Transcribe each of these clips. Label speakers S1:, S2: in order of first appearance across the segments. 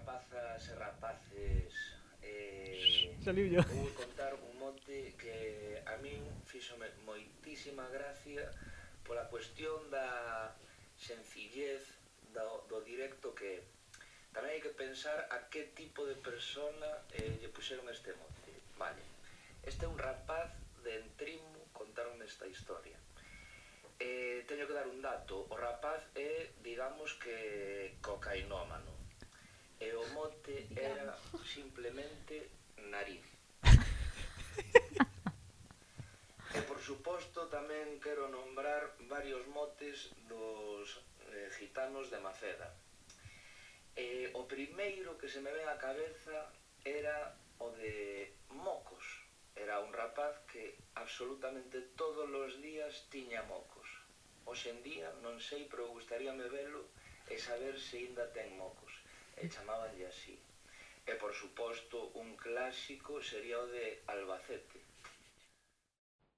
S1: Nenas, rapaces... Eh,
S2: Saliu yo.
S1: vou contar un monte que a min fíxome moitísima gracia pola cuestión da sencillez do, do directo que é. tamén hai que pensar a que tipo de persona eh, lle puxeron este monte. Vale. Este é un rapaz de Entrimo, contaron esta historia. Eh, teño que dar un dato. O rapaz é, digamos que, cocainómano. E o mote era simplemente nariz. E por suposto tamén quero nombrar varios motes dos eh, gitanos de Maceda. E o primeiro que se me ven á cabeza era o de mocos. Era un rapaz que absolutamente todos os días tiña mocos. Hoxe en día non sei, pero gustaríame velo e saber se ainda ten mocos. E chamabanlle así. E por suposto, un clásico sería o de Albacete.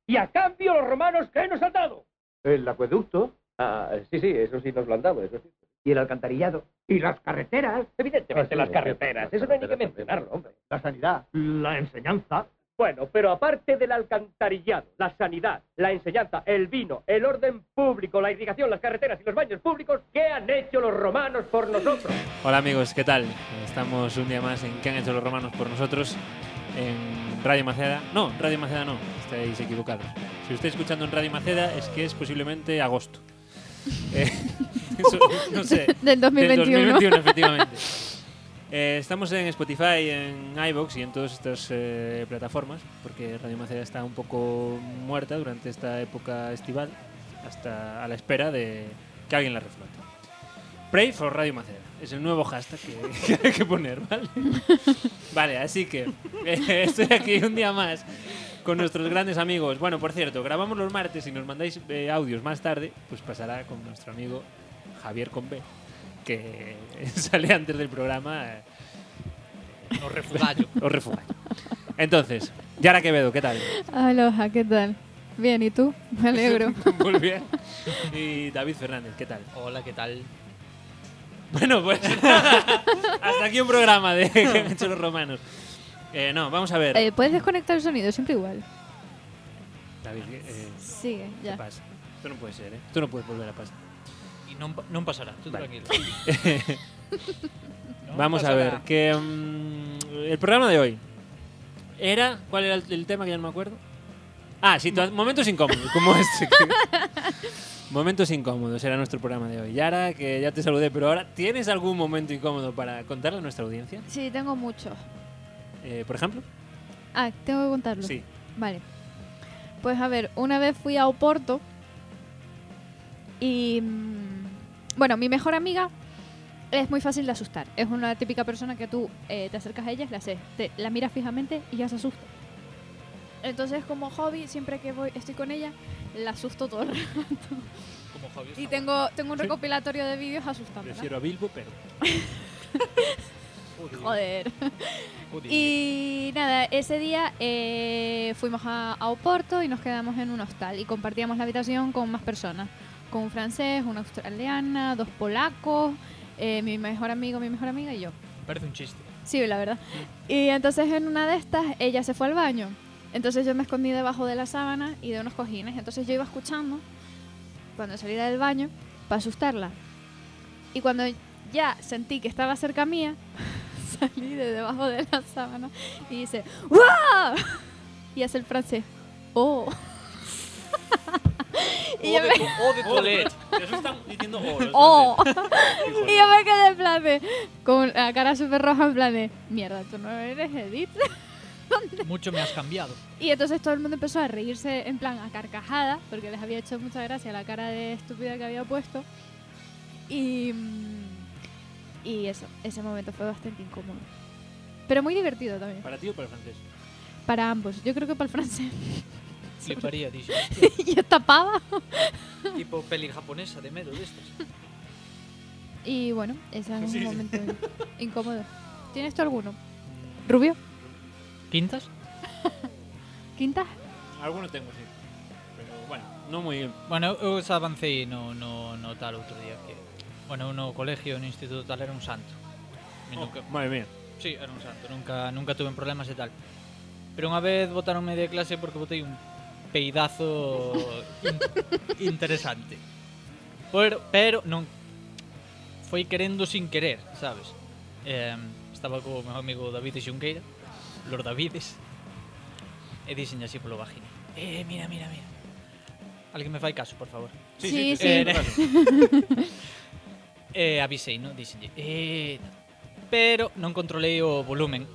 S3: Y a cambio los romanos, ¿qué nos han dado?
S4: El acueducto. Ah, sí, sí, eso sí nos lo han dado, eso sí.
S5: Y el alcantarillado.
S3: Y las carreteras,
S4: Ah,
S3: evidentemente
S4: sí,
S3: las
S4: sí,
S3: carreteras,
S4: las
S3: eso no hay ni que
S4: carreteras también.
S3: mencionarlo, hombre.
S5: La sanidad.
S3: La enseñanza. Bueno, pero aparte del alcantarillado, la sanidad, la enseñanza, el vino, el orden público, la irrigación, las carreteras y los baños públicos, ¿qué han hecho los romanos por nosotros?
S2: Hola amigos, ¿qué tal? Estamos un día más en ¿Qué han hecho los romanos por nosotros? En Radio Maceda. No, Radio Maceda no, estáis equivocados. Si estáis escuchando en Radio Maceda es que es posiblemente agosto. Eh, eso, no sé.
S6: Del 2021.
S2: Del 2021, efectivamente. Eh, estamos en Spotify, en iBox y en todas estas eh, plataformas, porque Radio Maceda está un poco muerta durante esta época estival, hasta a la espera de que alguien la reflote. Pray for Radio Maceda. Es el nuevo hashtag que, que hay que poner, ¿vale? Vale, así que eh, estoy aquí un día más con nuestros grandes amigos. Bueno, por cierto, grabamos los martes y nos mandáis eh, audios más tarde, pues pasará con nuestro amigo Javier con B, que sale antes del programa. eh,
S7: Os refugallo.
S2: os refuga. Entonces, Yara Quevedo, ¿qué tal?
S6: Aloha, ¿qué tal? Bien, ¿y tú? Me alegro.
S2: Muy bien. Y David Fernández, ¿qué tal?
S7: Hola, ¿qué tal?
S2: Bueno, pues hasta aquí un programa de que han hecho los romanos. Eh, no, vamos a ver.
S6: Eh, ¿Puedes desconectar el sonido? Siempre igual.
S2: David, eh,
S6: Sigue,
S2: ¿qué
S6: ya.
S2: pasa? Esto no puede ser, ¿eh? Esto no puede volver a pasar.
S7: Y non, non pasará, tú
S2: Vale.
S7: tranquilo. Non
S2: Vamos a ver,
S7: pasará.
S2: que mm, el programa de hoy era ¿cuál era el, el tema que ya no me acuerdo? Ah, situa- momentos incómodos, como este. que- momentos incómodos era nuestro programa de hoy. Yara, que ya te saludé, pero ahora ¿tienes algún momento incómodo para contarle a nuestra audiencia?
S6: Sí, tengo mucho.
S2: Eh, por ejemplo?
S6: Ah, tengo que contarlo.
S2: Sí.
S6: Vale. Pues a ver, una vez fui a Oporto y... mm, Bueno, mi mejor amiga es muy fácil de asustar. Es una típica persona que tú eh, te acercas a ella, la, haces, te- la miras fijamente y ya se asusta. Entonces, como hobby, siempre que voy, estoy con ella, la asusto todo el rato.
S7: Como Javier.
S6: Y tengo, tengo un
S2: Sí.
S6: recopilatorio de vídeos asustándola.
S2: Prefiero a Bilbo, pero
S6: Joder. Y nada, ese día eh, fuimos a, a Oporto y nos quedamos en un hostal y compartíamos la habitación con más personas, con un francés, una australiana, dos polacos, eh, mi mejor amigo, mi mejor amiga y yo.
S7: Parece un chiste.
S6: Sí, la verdad. Y entonces en una de estas ella se fue al baño. Entonces yo me escondí debajo de la sábana y de unos cojines. Entonces yo iba escuchando cuando salía del baño para asustarla. Y cuando ya sentí que estaba cerca mía, salí de debajo de la sábana y dice ¡Wow! Y hace el francés ¡Oh! y yo me,
S7: O de toilet.
S2: eso están diciendo oh, los
S6: ¡Oh!
S2: franceses.
S6: Y yo me quedé en plan de- con la cara súper roja en plan de mierda, tú no eres Edith.
S7: Mucho me has cambiado.
S6: Y entonces todo el mundo empezó a reírse en plan a carcajada, porque les había hecho mucha gracia la cara de estúpida que había puesto. Y, mm, y eso, ese momento fue bastante incómodo. Pero muy divertido también,
S2: ¿Para ti o para el francés?
S6: para ambos. Yo creo que para el francés.
S7: Fliparía, dixo.
S6: Yo tapaba.
S7: Tipo peli japonesa de medo destas.
S6: Y bueno, ese es un
S2: Sí, sí.
S6: momento incómodo. ¿Tienes tú alguno? ¿Rubio?
S7: Quintas?
S6: ¿Quintas?
S2: Alguno tengo, sí. Pero bueno, no muy oh,
S7: Bueno, eu xa avancei no, no, no tal outro día que... Bueno, eu no colegio, no instituto tal, era un santo. Mi
S2: Oh,
S7: nunca,
S2: Madre mía.
S7: Sí, era un santo, nunca, nunca tuve problemas e tal. Pero unha vez botaronme de clase porque botei un peidazo in- interesante. Pero, pero non foi querendo sin querer, sabes? Eh, estaba co meu amigo David Xunqueira, Los Davides, e dixen así polo vagina. Eh, mira, mira, mira. Alguén me fai caso, por favor.
S6: Sí, sí, sí.
S7: Eh, eh, avisei, non? Dixenlle, eh, tal. pero non controlei o volumen.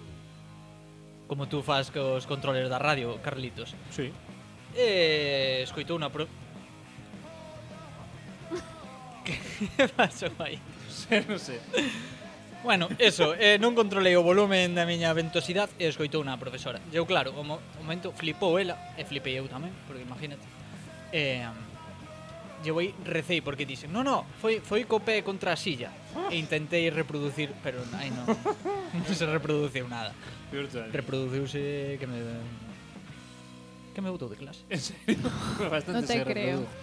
S7: Como tú fas cos controles da radio, Carlitos.
S2: Sí.
S7: Eh, escoitou unha pro... que pasou aí?
S2: non sei.
S7: Bueno, eso, eh, non controlei o volumen da miña ventosidade e escoitou unha profesora. E Eu, claro, o, mo o momento flipou ela, e flipei eu tamén, porque imagínate. Eh, eu aí recei porque dixen, no, no, foi, foi co pé contra a silla. E intentei reproducir, pero ai non, non se reproduciu nada.
S2: Peor todavía.
S7: Reproduciuse que me... Que me botou de clase.
S2: En serio. Bastante
S6: No te
S2: se
S6: creo.
S2: reprodujo.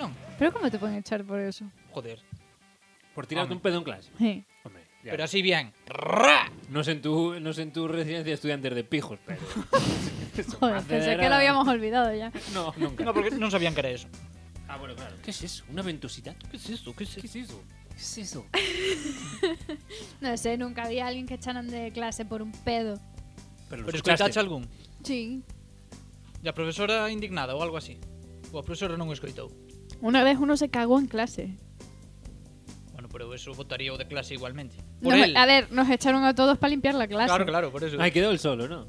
S7: Non,
S6: Pero ¿cómo te pueden echar por eso?
S7: joder.
S2: Por tirarte
S7: Home.
S2: un pedo en clase.
S6: Sí.
S2: Hombre, ya.
S7: Pero así bien.
S2: No sé en tu, no sé en tu residencia de estudiantes de pijos, pero. Eso,
S6: Joder,
S2: Maceda
S6: pensé
S2: era-
S6: que lo habíamos olvidado ya.
S2: No, nunca.
S7: No, porque non sabían que era eso.
S2: Ah, bueno, claro. ¿Qué es eso? ¿Una ventosidad?
S7: Que es isto? Que es
S2: ¿Qué es eso? ¿Qué es eso?
S6: No sé, nunca había alguien que echaran de clase por un pedo.
S2: Pero,
S7: Pero escoitache algún?
S6: Sí.
S7: E a profesora indignada ou algo así. Ou a profesora non o escoitou.
S6: Una vez uno se cagó en clase.
S7: Bueno, pero eso votaría o de clase igualmente. Por
S6: Nos-
S7: él.
S6: a ver, nos echaron a todos para limpiar la clase.
S7: Claro, claro, por eso.
S2: Ahí Ah, quedó él solo, ¿no?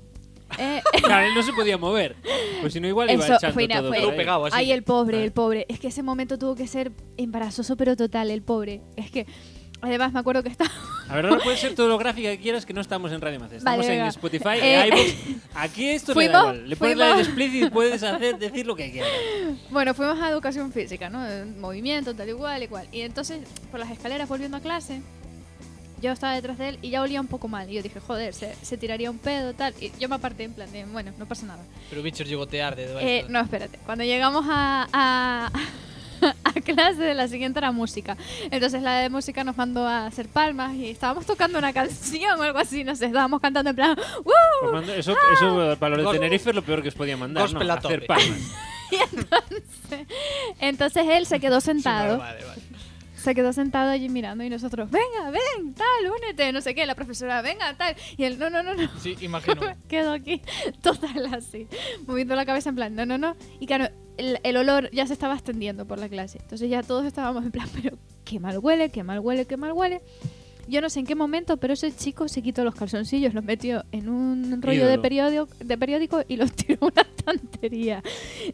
S6: Eh,
S2: Claro, él no se podía mover. Pues si no, igual iba
S6: Eso,
S2: echando
S6: fue una-
S2: todo
S6: fue-
S2: por ahí.
S7: pegado así.
S6: Ay, el pobre,
S2: Vale.
S6: el pobre. Es que ese momento tuvo que ser embarazoso, pero total, el pobre. Es que, además, me acuerdo que estaba.
S2: A ver, ahora puede ser todo lo gráfica que quieras que no estamos en Radio Maceda. Estamos
S6: Vale,
S2: en
S6: venga.
S2: Spotify, en
S6: Eh,
S2: iVoox. Aquí esto le da
S6: fuimos-
S2: igual. Le pones
S6: fuimos-
S2: la explícita y puedes hacer, decir lo que quieras.
S6: Bueno, fuimos a educación física, ¿no? Eh, Movimiento, tal igual, igual. Y entonces, por las escaleras volviendo a clase, yo estaba detrás de él y ya olía un poco mal. Y yo dije, joder, se, se tiraría un pedo, tal. Y yo me aparté en plan de, bueno, no pasa nada.
S7: Pero bichos lle gotear de debaixo.
S6: Eh, no, espérate. Cuando llegamos a, a, a clase, la siguiente era música. Entonces la de música nos mandó a hacer palmas y estábamos tocando una canción o algo así. No sé, estábamos cantando en plan ¡Woo!
S2: Os mando- Pues Eso, eso para los de
S7: Gos-
S2: Tenerife es lo peor que os podía mandar,
S7: Gospel
S2: ¿no?
S7: a tope.
S2: Hacer palmas.
S6: Entonces él se quedó
S7: Sí, vale,
S6: sentado.
S7: vale, vale.
S6: Se quedó sentado allí mirando y nosotros, venga, ven, tal, únete, no sé qué. La profesora, venga, tal. Y él, no, no, no, no.
S7: Sí, imagino.
S6: Quedo aquí, total así, moviendo la cabeza en plan, no, no, no. Y claro, el, el olor ya se estaba extendiendo por la clase. Entonces ya todos estábamos en plan, pero qué mal huele, qué mal huele, qué mal huele. Yo no sé en qué momento, pero ese chico se quitó los calzoncillos, los metió en un rollo de
S2: Ídolo.
S6: periódico, de periódico y los tiró a una estantería.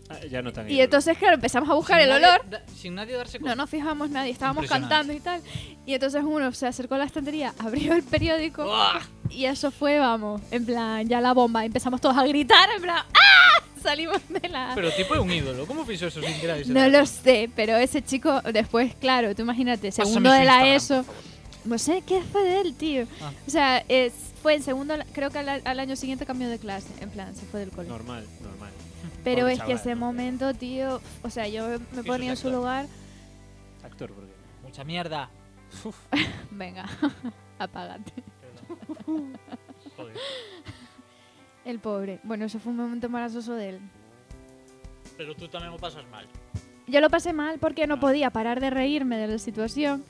S2: Ah, Ya no tan
S6: Y
S2: ídolo.
S6: entonces, claro, empezamos a buscar
S7: Sin
S6: el
S7: nadie-
S6: olor.
S7: da- sin nadie darse
S6: No
S7: cuenta.
S6: nos fijamos nadie, estábamos
S7: Impresionante.
S6: cantando y tal. Y entonces uno se acercó a la estantería, abrió el periódico
S7: Buah,
S6: y eso fue, vamos, en plan, ya la bomba. Empezamos todos a gritar, en plan, ¡ah! Salimos de la...
S7: Pero o tipo é un ídolo. Como fixo eso sin querer?
S6: Ah. no lo sé, pero ese chico después, claro, tú imagínate, segundo de la ESO... No sé qué fue de él, tío.
S7: Ah.
S6: O sea, es, fue en segundo, creo que al, al año siguiente cambió de clase, en plan, se fue del colegio.
S2: Normal, normal.
S6: pero
S2: pobre
S6: es que
S2: chaval,
S6: ese
S2: ¿no?
S6: momento, tío, o sea, yo me
S7: Quiso
S6: ponía en su
S7: saltar.
S6: lugar,
S2: Actor, porque.
S7: Mucha mierda.
S6: venga, apágate.
S7: Joder.
S6: El pobre. Bueno, eso fue un momento embarazoso de él.
S7: Pero tú tamén o pasas mal.
S6: Yo lo pasé mal porque no
S7: Ah.
S6: podía parar de reírme de la situación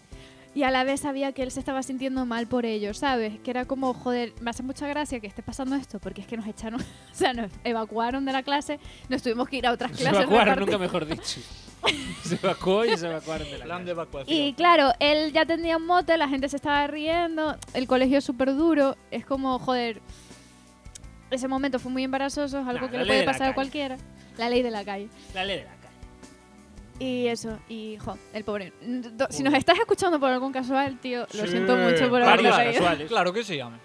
S6: y a la vez sabía que él se estaba sintiendo mal por ello, ¿sabes? Que era como, joder, me hace mucha gracia que esté pasando esto porque es que nos echaron, o sea, nos evacuaron de la clase, nos tuvimos que ir a otras
S2: Se
S6: clases.
S2: evacuaron,
S6: repartidas.
S2: nunca mejor dicho. Se evacuó y se evacuaron de la
S7: Plan
S2: casa.
S7: de evacuación.
S6: Y claro, él ya tenía un mote, la gente se estaba riendo, el colegio es súper duro, es como, joder, ese momento fue muy embarazoso, es algo
S2: Nah,
S6: que
S2: la ley
S6: le puede
S2: de la
S6: pasar a
S2: calle.
S6: cualquiera. La ley de la calle.
S2: La ley de la calle.
S6: Y eso, y jo, el pobre. N- do- Si nos estás escuchando por algún casual, tío, lo siento mucho por haberlo
S2: Varios
S7: Claro,
S6: traído.
S2: casuales.
S7: Claro que sí, ame.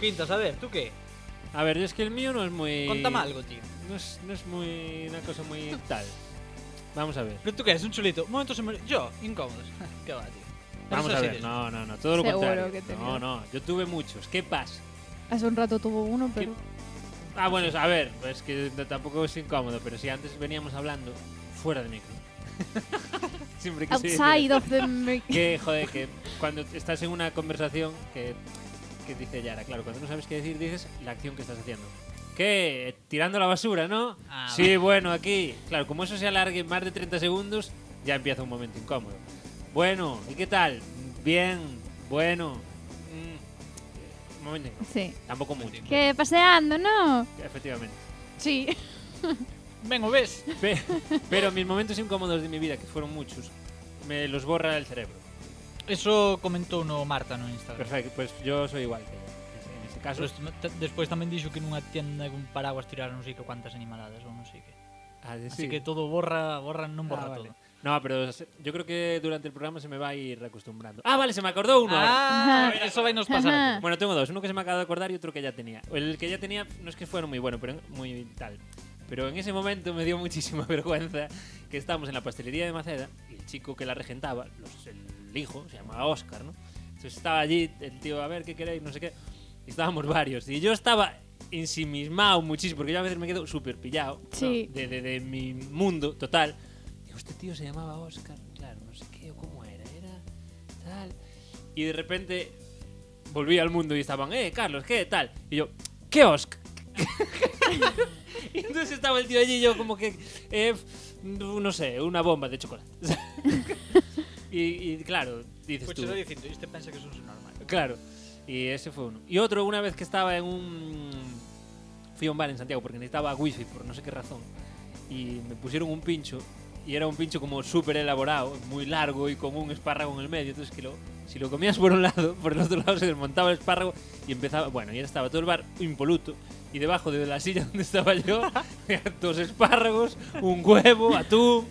S7: Quintas, a ver, tú que?
S2: A ver, es que el mío no es muy.
S7: Contame algo, tío.
S2: No es, no es muy. Una cosa muy tal. Vamos a ver.
S7: Pero tú que es un chulito. Momentos en... Yo, incómodos. ¿Qué va, tío? Pero
S2: Vamos
S7: eso
S2: a
S7: sí
S2: ver.
S7: de-
S2: No, no, no. Todo lo
S6: Seguro
S2: contrario.
S6: que tenía.
S2: no, no. Yo tuve muchos. ¿Qué pasa?
S6: Hace un rato tuvo uno, pero.
S2: Ah, bueno, a ver. Pues que no- tampoco es incómodo, pero si antes veníamos hablando fuera de micro. Siempre que se-
S6: Outside of the... mi-
S2: Que, joder, que cuando estás en una conversación que, que dice Yara, claro, cuando no sabes qué decir, dices la acción que estás haciendo. ¿Qué? Tirando la basura, ¿no?
S7: Ah,
S2: sí, bueno, aquí. Claro, como eso se alargue más de 30 segundos, ya empieza un momento incómodo. Bueno, ¿y qué tal? Bien, bueno. mm, un momento incómodo.
S6: Sí.
S2: Tampoco mucho,
S6: Que paseando, ¿no?
S2: efectivamente.
S6: Sí.
S7: Ven, ¿o ves?
S2: Pe- Pero mis momentos incómodos de mi vida, que fueron muchos, me los borra el cerebro.
S7: Eso comentou no Marta no Instagram.
S2: Perfecto, pues yo soy igual que ella. En ese caso,
S7: Pero est- t- despois tamén dixo que nunha tienda con paraguas tiraron non sei que cuantas animaladas ou non sei que.
S2: a
S7: Así
S2: decir-
S7: que todo borra, borra, non
S2: Ah,
S7: borra
S2: vale.
S7: todo.
S2: No, pero se- yo creo que durante el programa se me va a ir acostumbrando. Ah, vale, se me acordó uno. ahora.
S7: Ah,
S2: Ajá.
S7: eso vai nos pasar. a todos.
S2: Bueno, tengo dos, uno que se me acaba de acordar y otro que ya tenía. El que ya tenía no es que fuera muy bueno, pero en- muy tal. Pero en ese momento me dio muchísima vergüenza que estábamos en la pastelería de Maceda y el chico que la regentaba, los- el hijo, se llamaba Oscar, ¿no? Entonces estaba allí el tío, a ver qué queréis, no sé qué. Y estábamos varios. Y yo estaba ensimismado muchísimo, porque yo a veces me quedo súper pillado ¿no?
S6: Sí.
S2: de, de- de mi mundo total. Digo, este tío se llamaba Oscar, claro, no sé qué, o cómo era, era tal. Y de repente volví al mundo y estaban, eh, Carlos, ¿qué tal? Y yo, ¿qué Oscar? y entonces estaba el tío allí y yo como que, eh, no sé, una bomba de chocolate. y, y claro, dices
S7: Pois
S2: tú...
S7: era dicindo, este pensa que son su normal.
S2: Claro. Y ese fue uno. Y otro, una vez que estaba en un. Fui a un bar en Santiago porque necesitaba wifi por no sé qué razón. Y me pusieron un pincho. Y era un pincho como súper elaborado, muy largo y con un espárrago en el medio. Entonces, que lo, si lo comías por un lado, por el otro lado se desmontaba el espárrago y empezaba. Bueno, y ahora estaba todo el bar impoluto. Y debajo de la silla donde estaba yo, dos espárragos, un huevo, atún.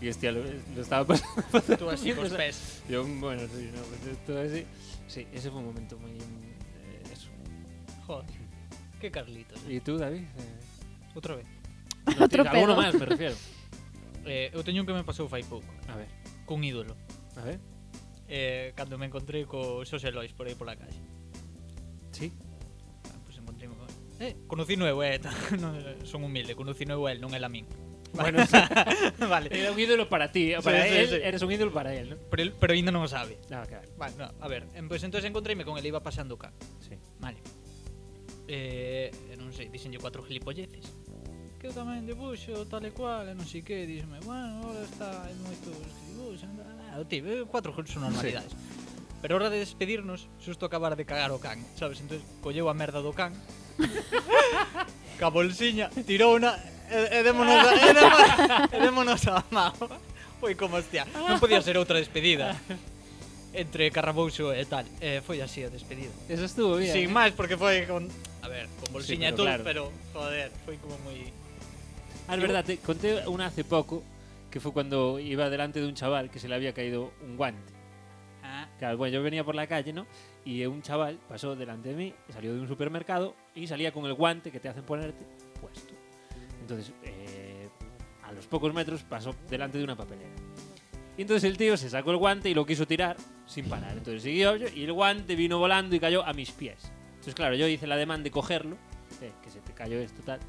S2: Y hostia, lo, lo estaba pasando.
S7: Tú así
S2: bien, o
S7: cos
S2: sea,
S7: pés.
S2: yo, bueno, sí, no, pues esto así. Sí, ese fue un momento muy. eh, eso.
S7: Joder. Que Carlitos. eh.
S2: ¿Y tú, David? Eh,
S7: Outra vez.
S2: no
S6: Otro
S2: tienes- alguno
S6: pedo.
S2: más, me refiero.
S7: Eh, eu teño un que me pasou fai pouco,
S2: A ver,
S7: cun ídolo.
S2: a ver.
S7: Eh, cando me encontrei co Xosé Lois por aí pola calle.
S2: Sí.
S7: Ah, Pois encontrei-me con... Eh, conocí eu, eh, ta- non, son humilde, conocí eu a él, non el a min.
S2: Bueno, sí,
S7: vale.
S2: era un ídolo para ti. Para
S7: Sí, sí,
S2: él,
S7: sí.
S2: eres un ídolo para él, ¿no?
S7: Pero, el- pero ainda non o sabe.
S2: Ah, claro.
S7: Vale, no, a ver, em, pois entonces encontreime con el iba pasando cá.
S2: Sí.
S7: Vale. Eh, eu non sei, dixenlle cuatro gilipolleces. Que eu tamén debuxo, tal e cual, e non sei que, díxeme, bueno, ahora está, hai moitos que dibuxan, ah, o tipo, eh, cuatro son normalidades. Pero a hora de despedirnos, xusto acabara de cagar o can, sabes? Entón, colleu a merda do can, ca bolsiña, tirou una, e, e démonos a, e démonos, e démonos a mao. Foi como, hostia, non podía ser outra despedida. Entre Carrabouxo e tal, eh, foi así a despedida.
S2: Eso estuvo bien. ¿eh?
S7: Sin más, porque fue con. A ver, con
S2: Sí,
S7: bolsiña
S2: pero
S7: tú,
S2: claro.
S7: pero joder, fue como muy.
S2: Ah, es verdad, te conté una hace poco que fue cuando iba delante de un chaval que se le había caído un guante.
S7: Ah,
S2: Claro, bueno, yo venía por la calle, ¿no? Y un chaval pasó delante de mí, salió de un supermercado y salía con el guante que te hacen ponerte puesto. Entonces, eh, a los pocos metros pasó delante de una papelera. Y entonces el tío se sacó el guante y lo quiso tirar sin parar. Entonces siguió yo, y el guante vino volando y cayó a mis pies. Entonces, claro, yo hice el ademán de cogerlo, eh, que se te cayó esto, tal.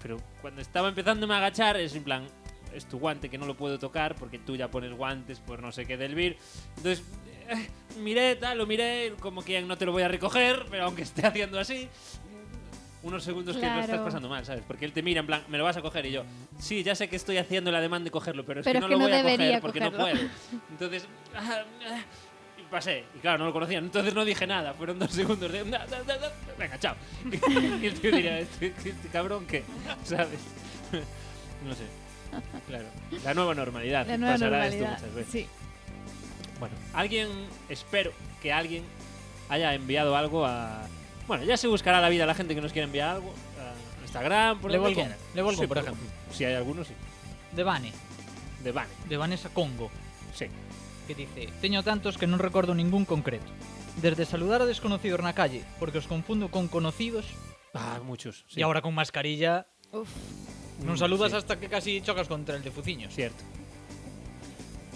S2: Pero cuando estaba empezando a agachar, es en plan, es tu guante que no lo puedo tocar porque tú ya pones guantes por no sé qué del vir. Entonces, eh, miré, tal, lo miré, como que no te lo voy a recoger, pero aunque esté haciendo así, unos segundos que lo estás
S6: Claro.
S2: pasando mal, ¿sabes? Porque él te mira en plan, me lo vas a coger y yo, sí, ya sé que estoy haciendo el ademán de cogerlo, pero es que
S6: Pero
S2: no
S6: es que
S2: lo
S6: no
S2: voy a coger
S6: debería
S2: porque no
S6: cogerlo".
S2: puedo. Entonces, ah, ah, y pasé. Y claro, no lo conocían, entonces no dije nada. Fueron dos segundos de... "Na, na, na, na". Venga, chao. y el tío diría, este, este cabrón, ¿qué? ¿Sabes? no sé. Claro. La nueva normalidad.
S6: La nueva
S2: Pasará
S6: normalidad.
S2: esto muchas veces.
S6: Sí.
S2: Bueno, alguien, espero que alguien haya enviado algo a... Bueno, ya se buscará la vida la gente que nos quiera enviar algo. A Instagram, por
S7: Le
S2: donde
S7: Volcón,
S2: quiera.
S7: Le Volcón,
S2: Sí,
S7: por ejemplo.
S2: Si hay alguno, sí.
S7: de Vane,
S2: De Bane,
S7: de Vanessa Congo,
S2: sí.
S7: que dice: Teño tantos que non recordo ningún concreto. Desde saludar a desconocidos na calle, porque os confundo con conocidos,
S2: Ah, muchos. Sí.
S7: y ahora con mascarilla,
S6: Uf.
S7: non
S2: Mm,
S7: saludas
S2: sí.
S7: hasta que casi chocas contra el de Fuciños.
S2: Cierto.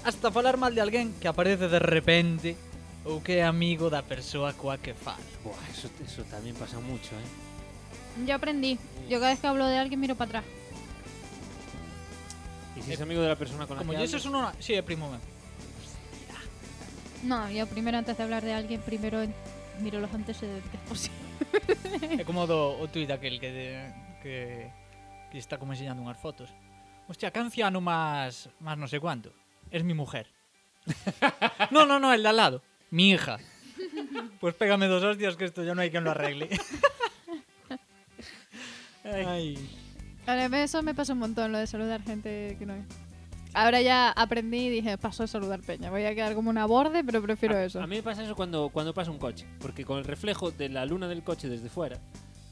S7: Hasta falar mal de alguén que aparece de repente ou que é amigo da persoa coa que fala.
S2: Buah, eso, eso también pasa mucho, ¿eh?
S6: Yo aprendí. Yo cada vez que hablo de alguien miro para atrás.
S2: Y si es amigo de la persona con la
S7: Como
S2: que
S7: yo eso
S2: hablas,
S7: es uno... Sí, es primo mío.
S6: No, yo primero antes de hablar de alguien, primero miro los antecedentes posibles.
S7: É como do, o tuit aquel que, de, que, que está como enseñando unhas fotos. Hostia, que anciano más, más no sé cuánto. Es mi mujer. no, no, no, el de al lado. Mi hija. Pues pégame dos hostias que esto ya no hay quien lo arregle. Ay.
S6: Ahora, eso me pasa un montón, lo de saludar gente que no es. Ahora ya aprendí y dije, paso a saludar peña. Voy a quedar como una borde, pero prefiero
S2: a,
S6: eso.
S2: a mí me pasa eso cuando, cuando pasa un coche, porque con el reflejo de la luna del coche desde fuera,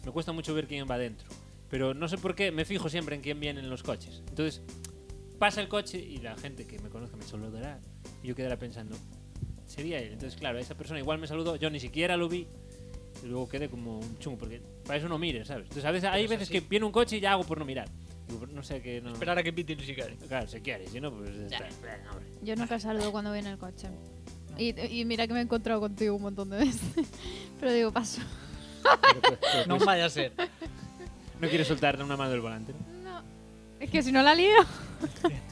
S2: me cuesta mucho ver quién va dentro. Pero no sé por qué, me fijo siempre en quién vienen los coches. Entonces, pasa el coche y la gente que me conozca me saludará. Y yo quedará pensando, sería él. Entonces, claro, esa persona igual me saludó, yo ni siquiera lo vi. Y luego quedé como un chungo, porque para eso no mires, ¿sabes? Entonces, a veces, hay
S7: es
S2: veces
S7: así.
S2: que viene un coche y ya hago por no mirar. Digo, no sé qué. No...
S7: Esperar a que pite si quiere.
S2: Claro, si quieres, si no, pues.
S7: Ya.
S2: Está. Venga, hombre.
S6: Yo nunca saludo cuando viene el coche. Y, y mira que me he encontrado contigo un montón de veces. Pero digo, paso.
S2: Pero, pues, pues,
S7: Non vaya a ser.
S2: no quieres soltar una mano del volante. ¿no?
S6: No. Es que si no la lío.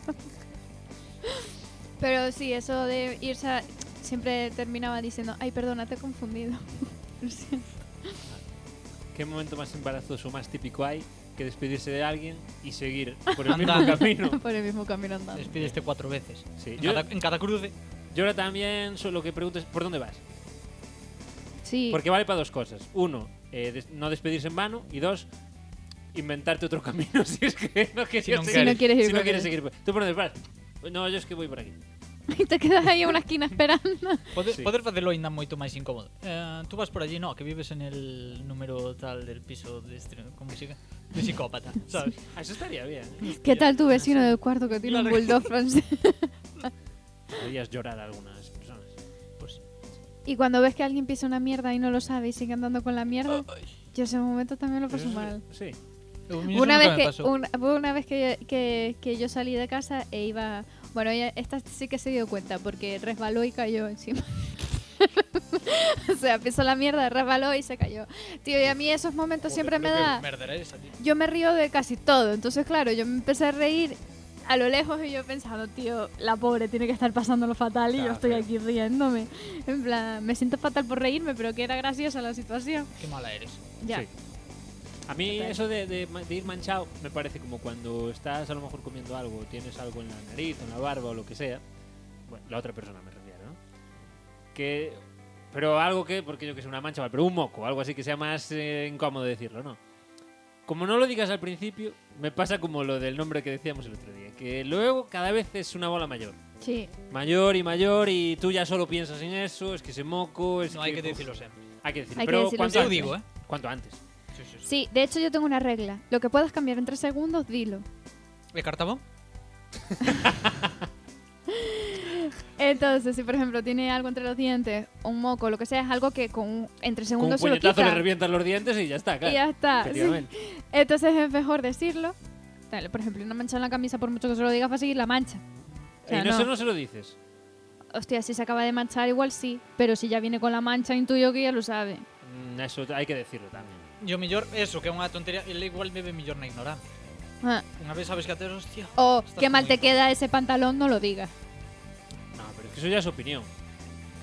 S6: Pero sí, eso de irse a- Siempre terminaba diciendo, ay, perdona, te he confundido. Lo siento.
S2: ¿Qué momento más embarazoso, más típico hay que despedirse de alguien y seguir por el mismo
S7: Andando.
S2: camino?
S6: Por el mismo camino andando.
S7: Despídeste cuatro veces.
S2: Sí,
S7: En
S2: yo,
S7: cada, en cada cruce.
S2: yo ahora también so- lo que pregunto es ¿por dónde vas?
S6: Sí.
S2: Porque vale para dos cosas. Uno, eh, des- no despedirse en vano. Y dos, inventarte otro camino si es que no quieres,
S7: Si no
S2: seguir-
S7: quieres.
S2: si
S6: Si no quieres ir
S2: no
S6: por
S2: quieres
S6: ahí.
S2: seguir. por- ¿Tú por dónde vas? Pues No, yo es que voy por aquí.
S6: Y te quedas ahí en una esquina esperando.
S7: Podes,
S2: Sí.
S7: sí. podes facelo ainda moito máis incómodo. Eh, tú vas por allí, no, que vives en el número tal del piso de estre... como siga, de psicópata, sabes?
S2: Ah, Eso estaría bien.
S6: ¿Qué tal tu vecino del cuarto que tiene un
S7: Claro.
S6: bulldog francés?
S2: Podrías llorar a algunas personas.
S7: Pues,
S6: Y cuando ves que alguien pisa una mierda y no lo sabe y sigue andando con la mierda, yo ese momento también lo
S2: Pero
S6: paso
S2: eso-
S6: mal.
S2: Sí.
S6: Una vez, que, una, una vez que, que- que yo salí de casa e iba... Bueno, ella, esta sí que se dio cuenta porque resbaló y cayó encima. o sea, pisó la mierda, resbaló y se cayó. Tío, y a mí esos momentos siempre me da... Yo me río de casi todo. Entonces, claro, yo me empecé a reír a lo lejos y yo pensando, tío, la pobre tiene que estar pasándolo fatal y yo
S2: Claro,
S6: estoy
S2: claro.
S6: aquí riéndome. En plan, me siento fatal por reírme, pero que era graciosa la situación.
S7: Qué mala eres.
S6: Ya.
S2: Sí. A mí
S6: Total.
S2: eso de, de ma- de ir manchado me parece como cuando estás a lo mejor comiendo algo, o tienes algo en la nariz, o en la barba o lo que sea. Bueno, la otra persona me refiero, ¿no? Que, pero algo que, porque yo que sé, una mancha, pero un moco, algo así que sea más eh, incómodo decirlo, ¿no? Como no lo digas al principio, me pasa como lo del nombre que decíamos el otro día, que luego cada vez es una bola mayor.
S6: Sí.
S2: Mayor y mayor y tú ya solo piensas en eso, es que ese moco, es
S7: No hai que
S2: uf,
S7: dicilo sempre.
S2: Hay que decirlo,
S6: Hay que
S2: pero
S6: decirlo
S2: cuanto
S6: siempre.
S7: Eu
S2: antes.
S7: digo, eh?
S2: Cuanto antes.
S7: Sí, sí, sí.
S6: Sí, de hecho yo tengo una regla. Lo que puedas cambiar en tres segundos, dilo.
S7: E cartabón?
S6: Entonces, si por ejemplo tiene algo entre los dientes, un moco, lo que sea, es algo que con un- en tres
S2: Con un
S6: segundos se lo
S2: puñetazo le
S6: quita.
S2: revientas los dientes y ya está, claro.
S6: y ya está. sí.
S2: Efectivamente.
S6: Entonces es mejor decirlo. Dale, por ejemplo, una mancha en la camisa, por mucho que se lo digas, va a seguir la mancha. O sea,
S2: y no,
S6: no.
S2: Eso no se lo dices.
S6: Hostia, si se acaba de manchar, igual sí. Pero si ya viene con la mancha, intuyo que ya lo sabe.
S2: Mm, Eso hay que decirlo también.
S7: Yo mellor, eso, que é unha tontería, ele igual bebe mellor na ignorancia.
S6: Ah,
S7: Unha vez sabes que ates, hostia,
S6: O
S7: Estás
S6: qué mal
S7: muy
S6: te
S7: loco.
S6: queda ese pantalón, no lo digas.
S2: No, pero es que eso ya es opinión.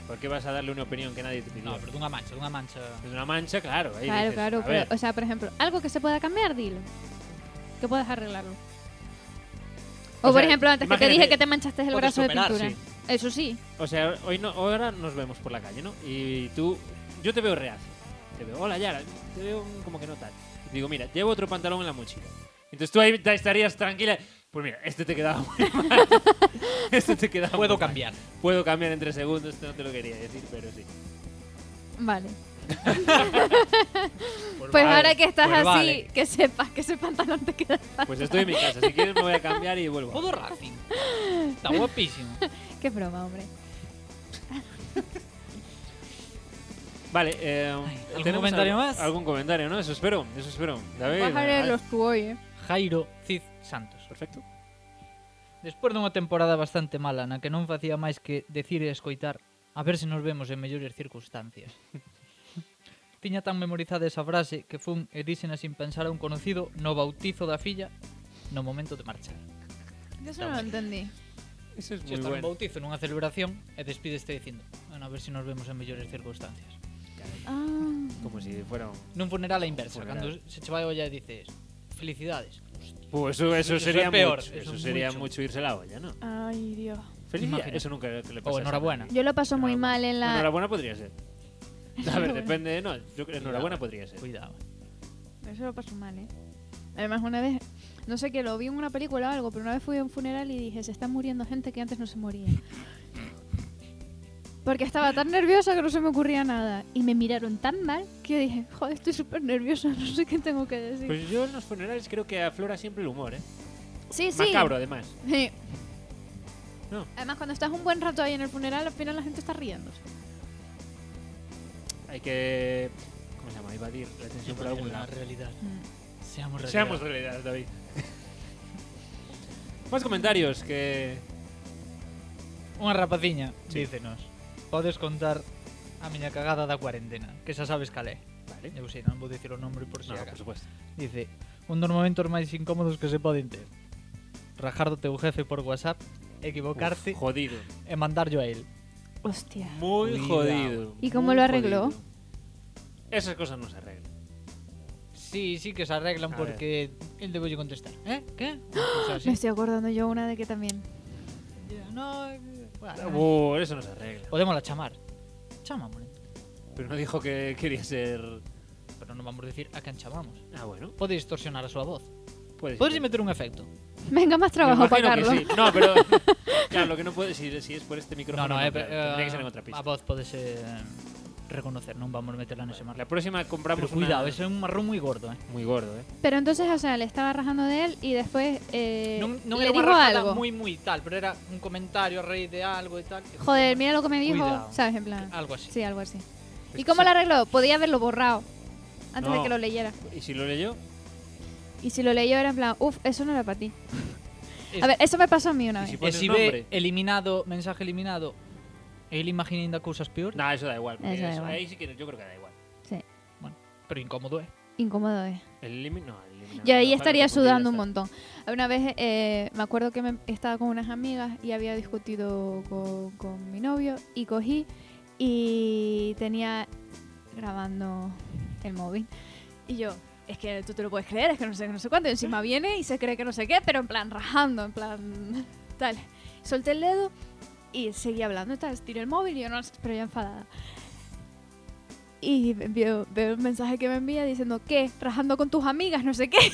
S2: ¿Por qué vas a darle una opinión que nadie te pidió?
S7: no, pero dunha mancha, dunha mancha.
S2: Es una mancha, claro. ahí
S6: Claro,
S2: dices,
S6: claro.
S2: a
S6: Pero,
S2: ver,
S6: o sea, por ejemplo, algo que se pueda cambiar, dilo. Que puedas arreglarlo. O,
S2: O
S6: por
S2: sea,
S6: ejemplo, antes que te
S2: imagínate,
S6: dije que te manchaste el
S7: puedes
S6: brazo
S7: superar,
S6: de pintura. Eso sí.
S2: o sea, hoy no, ahora nos vemos por la calle, ¿no? Y tú, yo te veo reacio. Te veo, hola Yara, te veo mm, como que no tal. Y te digo, mira, llevo otro pantalón en la mochila. Entonces tú ahí te- estarías tranquila. Pues mira, este te quedaba muy mal. este te quedaba
S7: Puedo
S2: muy mal.
S7: cambiar.
S2: Puedo cambiar en tres segundos, no te lo quería decir, pero sí.
S6: Vale.
S7: Pues,
S6: Pues
S7: vale,
S6: ahora que estás
S7: pues
S6: así,
S7: vale.
S6: que sepas que ese pantalón te queda.
S2: Pues estoy en mi casa. Si quieres me voy a cambiar y vuelvo.
S7: Todo Racing. Está guapísimo.
S6: Qué broma, hombre.
S2: Vale. Eh,
S7: ¿algún
S2: ¿tenemos
S7: comentario
S2: algo-
S7: más?
S2: Algún comentario, ¿no? Eso espero. Eso espero. David.
S6: Bajaré
S2: ah,
S6: los tu hoy, eh.
S7: Jairo Cid Santos.
S2: Perfecto.
S7: Despois dunha temporada bastante mala na que non facía máis que decir e escoitar a ver se nos vemos en mellores circunstancias. Tiña tan memorizada esa frase que fun e dísena sin pensar a un conocido no bautizo da filla no momento de marchar.
S6: Yo eso no lo entendí.
S2: Eso es muy
S7: Se está en
S2: bueno.
S7: bautizo, nunha celebración, e despídeste dicindo Bueno, a ver se si nos vemos en mellores circunstancias
S6: Ah,
S2: Como si fuera un...
S7: Nun funeral a inversa,
S2: Funeral.
S7: cando se che vai olla e dices Felicidades
S2: Pues eso, eso
S7: Eso es
S2: sería
S7: peor,
S2: mucho.
S7: eso
S2: Eso,
S7: es
S2: sería mucho
S7: mucho.
S2: irse a la olla, ¿no?
S6: ay, Dios.
S2: Feliz día.
S7: Imagínate.
S2: Eso nunca le pasa. a
S7: Ou
S2: esa
S7: enhorabuena
S2: gente.
S6: Yo lo paso muy mal en la.
S2: Enhorabuena podría ser. A ver,
S6: Enhorabuena.
S2: depende. No, yo creo enhorabuena
S7: Cuidado,
S2: podría ser.
S7: Cuidado
S6: Eso lo paso mal, ¿eh? Además, una vez. No sé qué, lo vi en una película o algo, pero una vez fui a un funeral y dije: se está muriendo gente que antes no se moría. Porque estaba tan nerviosa que no se me ocurría nada. Y me miraron tan mal que dije: joder, estoy súper nerviosa, no sé qué tengo que decir.
S2: Pues yo en los funerales creo que aflora siempre el humor, ¿eh?
S6: sí, sí.
S2: Macabro, además.
S6: Sí.
S2: No.
S6: Además, cuando estás un buen rato ahí en el funeral, al final la gente está riendo.
S2: Hay que... ¿Cómo se llama? Evadir la tensión por algún
S7: La
S2: lado.
S7: realidad Seamos realidad
S2: Seamos realidad, David. Más comentarios que...
S7: Unha rapaciña,
S2: Sí.
S7: dícenos Podes contar a miña cagada da cuarentena Que xa sabes cal é
S2: Vale.
S7: Eu sei, non vou dicir o nombre por si
S2: No, por
S7: acaso
S2: supuesto.
S7: Dice, un dos momentos máis incómodos que se poden ter. Rajar do teu jefe por WhatsApp, equivocarte
S2: Uf, jodido.
S7: e mandarlo a él.
S6: Hostia.
S2: Muy
S7: Cuidado.
S2: jodido.
S6: ¿Y cómo
S2: muy
S6: lo arregló?
S2: jodido. Esas cosas no se arreglan.
S7: Sí, sí que se arreglan
S2: A
S7: porque él debe contestar. ¿Eh? ¿Qué? Pues así.
S6: Me estoy acordando yo una de que también.
S7: No, eh,
S6: Ah,
S7: bueno,
S2: Uh, eso no se arregla.
S7: podemos la chamar. Chamamos,
S2: Pero no dijo que quería ser...
S7: pero non vamos a decir a quen chamamos.
S2: Ah, bueno.
S7: Pode distorsionar a súa voz.
S2: Puede
S7: Podes
S2: ser.
S7: meter un efecto.
S6: Venga, más
S2: Me
S6: trabajo para
S2: imagino que
S6: Carlos.
S2: sí. No, pero... claro, lo que no puedes decir si es por este micrófono.
S7: No, no, eh,
S2: claro,
S7: eh,
S2: tendría que ser en otra
S7: a
S2: pista.
S7: voz podes eh, reconocer, non vamos a meterla nese mar.
S2: La próxima compramos
S7: Pero cuidado,
S2: una...
S7: ese é un marrón moi gordo, eh.
S2: Muy gordo, ¿eh?
S6: Pero entonces, o sea, le estaba rajando de él y después eh,
S7: non, non
S6: le
S7: era unha
S6: dijo
S7: rajada
S6: algo.
S7: moi moi tal, pero era un comentario a raíz de algo e tal.
S6: Joder, mira lo que me dijo.
S7: Cuidado.
S6: ¿Sabes? En plan.
S7: Algo así.
S6: Sí, algo así.
S2: Ah, Es
S6: ¿Y
S2: que
S6: cómo
S2: sí.
S6: lo arregló? Podía haberlo borrado antes de
S2: No.
S6: que lo leyera.
S2: ¿Y si lo leyó?
S6: Y si lo leyó era en plan, uff, eso no era para ti.
S7: Es-
S6: A ver, eso me pasó a mí una
S2: ¿Y si
S6: vez.
S7: e
S2: pones
S7: si
S2: nombre?
S7: ve eliminado, mensaje eliminado, el imagina ainda cousas peor,
S2: No, eso da igual. porque
S6: Eso da igual.
S2: Ahí sí que yo creo que da igual.
S7: pero incómodo, eh.
S6: Incómodo es.
S2: El límite, no, el límite.
S6: Yo ahí
S2: no,
S6: estaría
S2: para confundir,
S6: sudando un
S2: ya
S6: montón. Una vez eh, me acuerdo que me estaba con unas amigas y había discutido con, con mi novio y cogí y tenía grabando el móvil. Y yo, es que tú te lo puedes creer, es que no sé, no sé cuánto. Y encima viene y se cree que no sé qué, pero en plan rajando, en plan tal. Solté el dedo y seguí hablando, tal. Tiré el móvil y yo no, pero ya enfadada. Y veo, veo un mensaje que me envía diciendo, ¿qué? Rajando con tus amigas, no sé qué.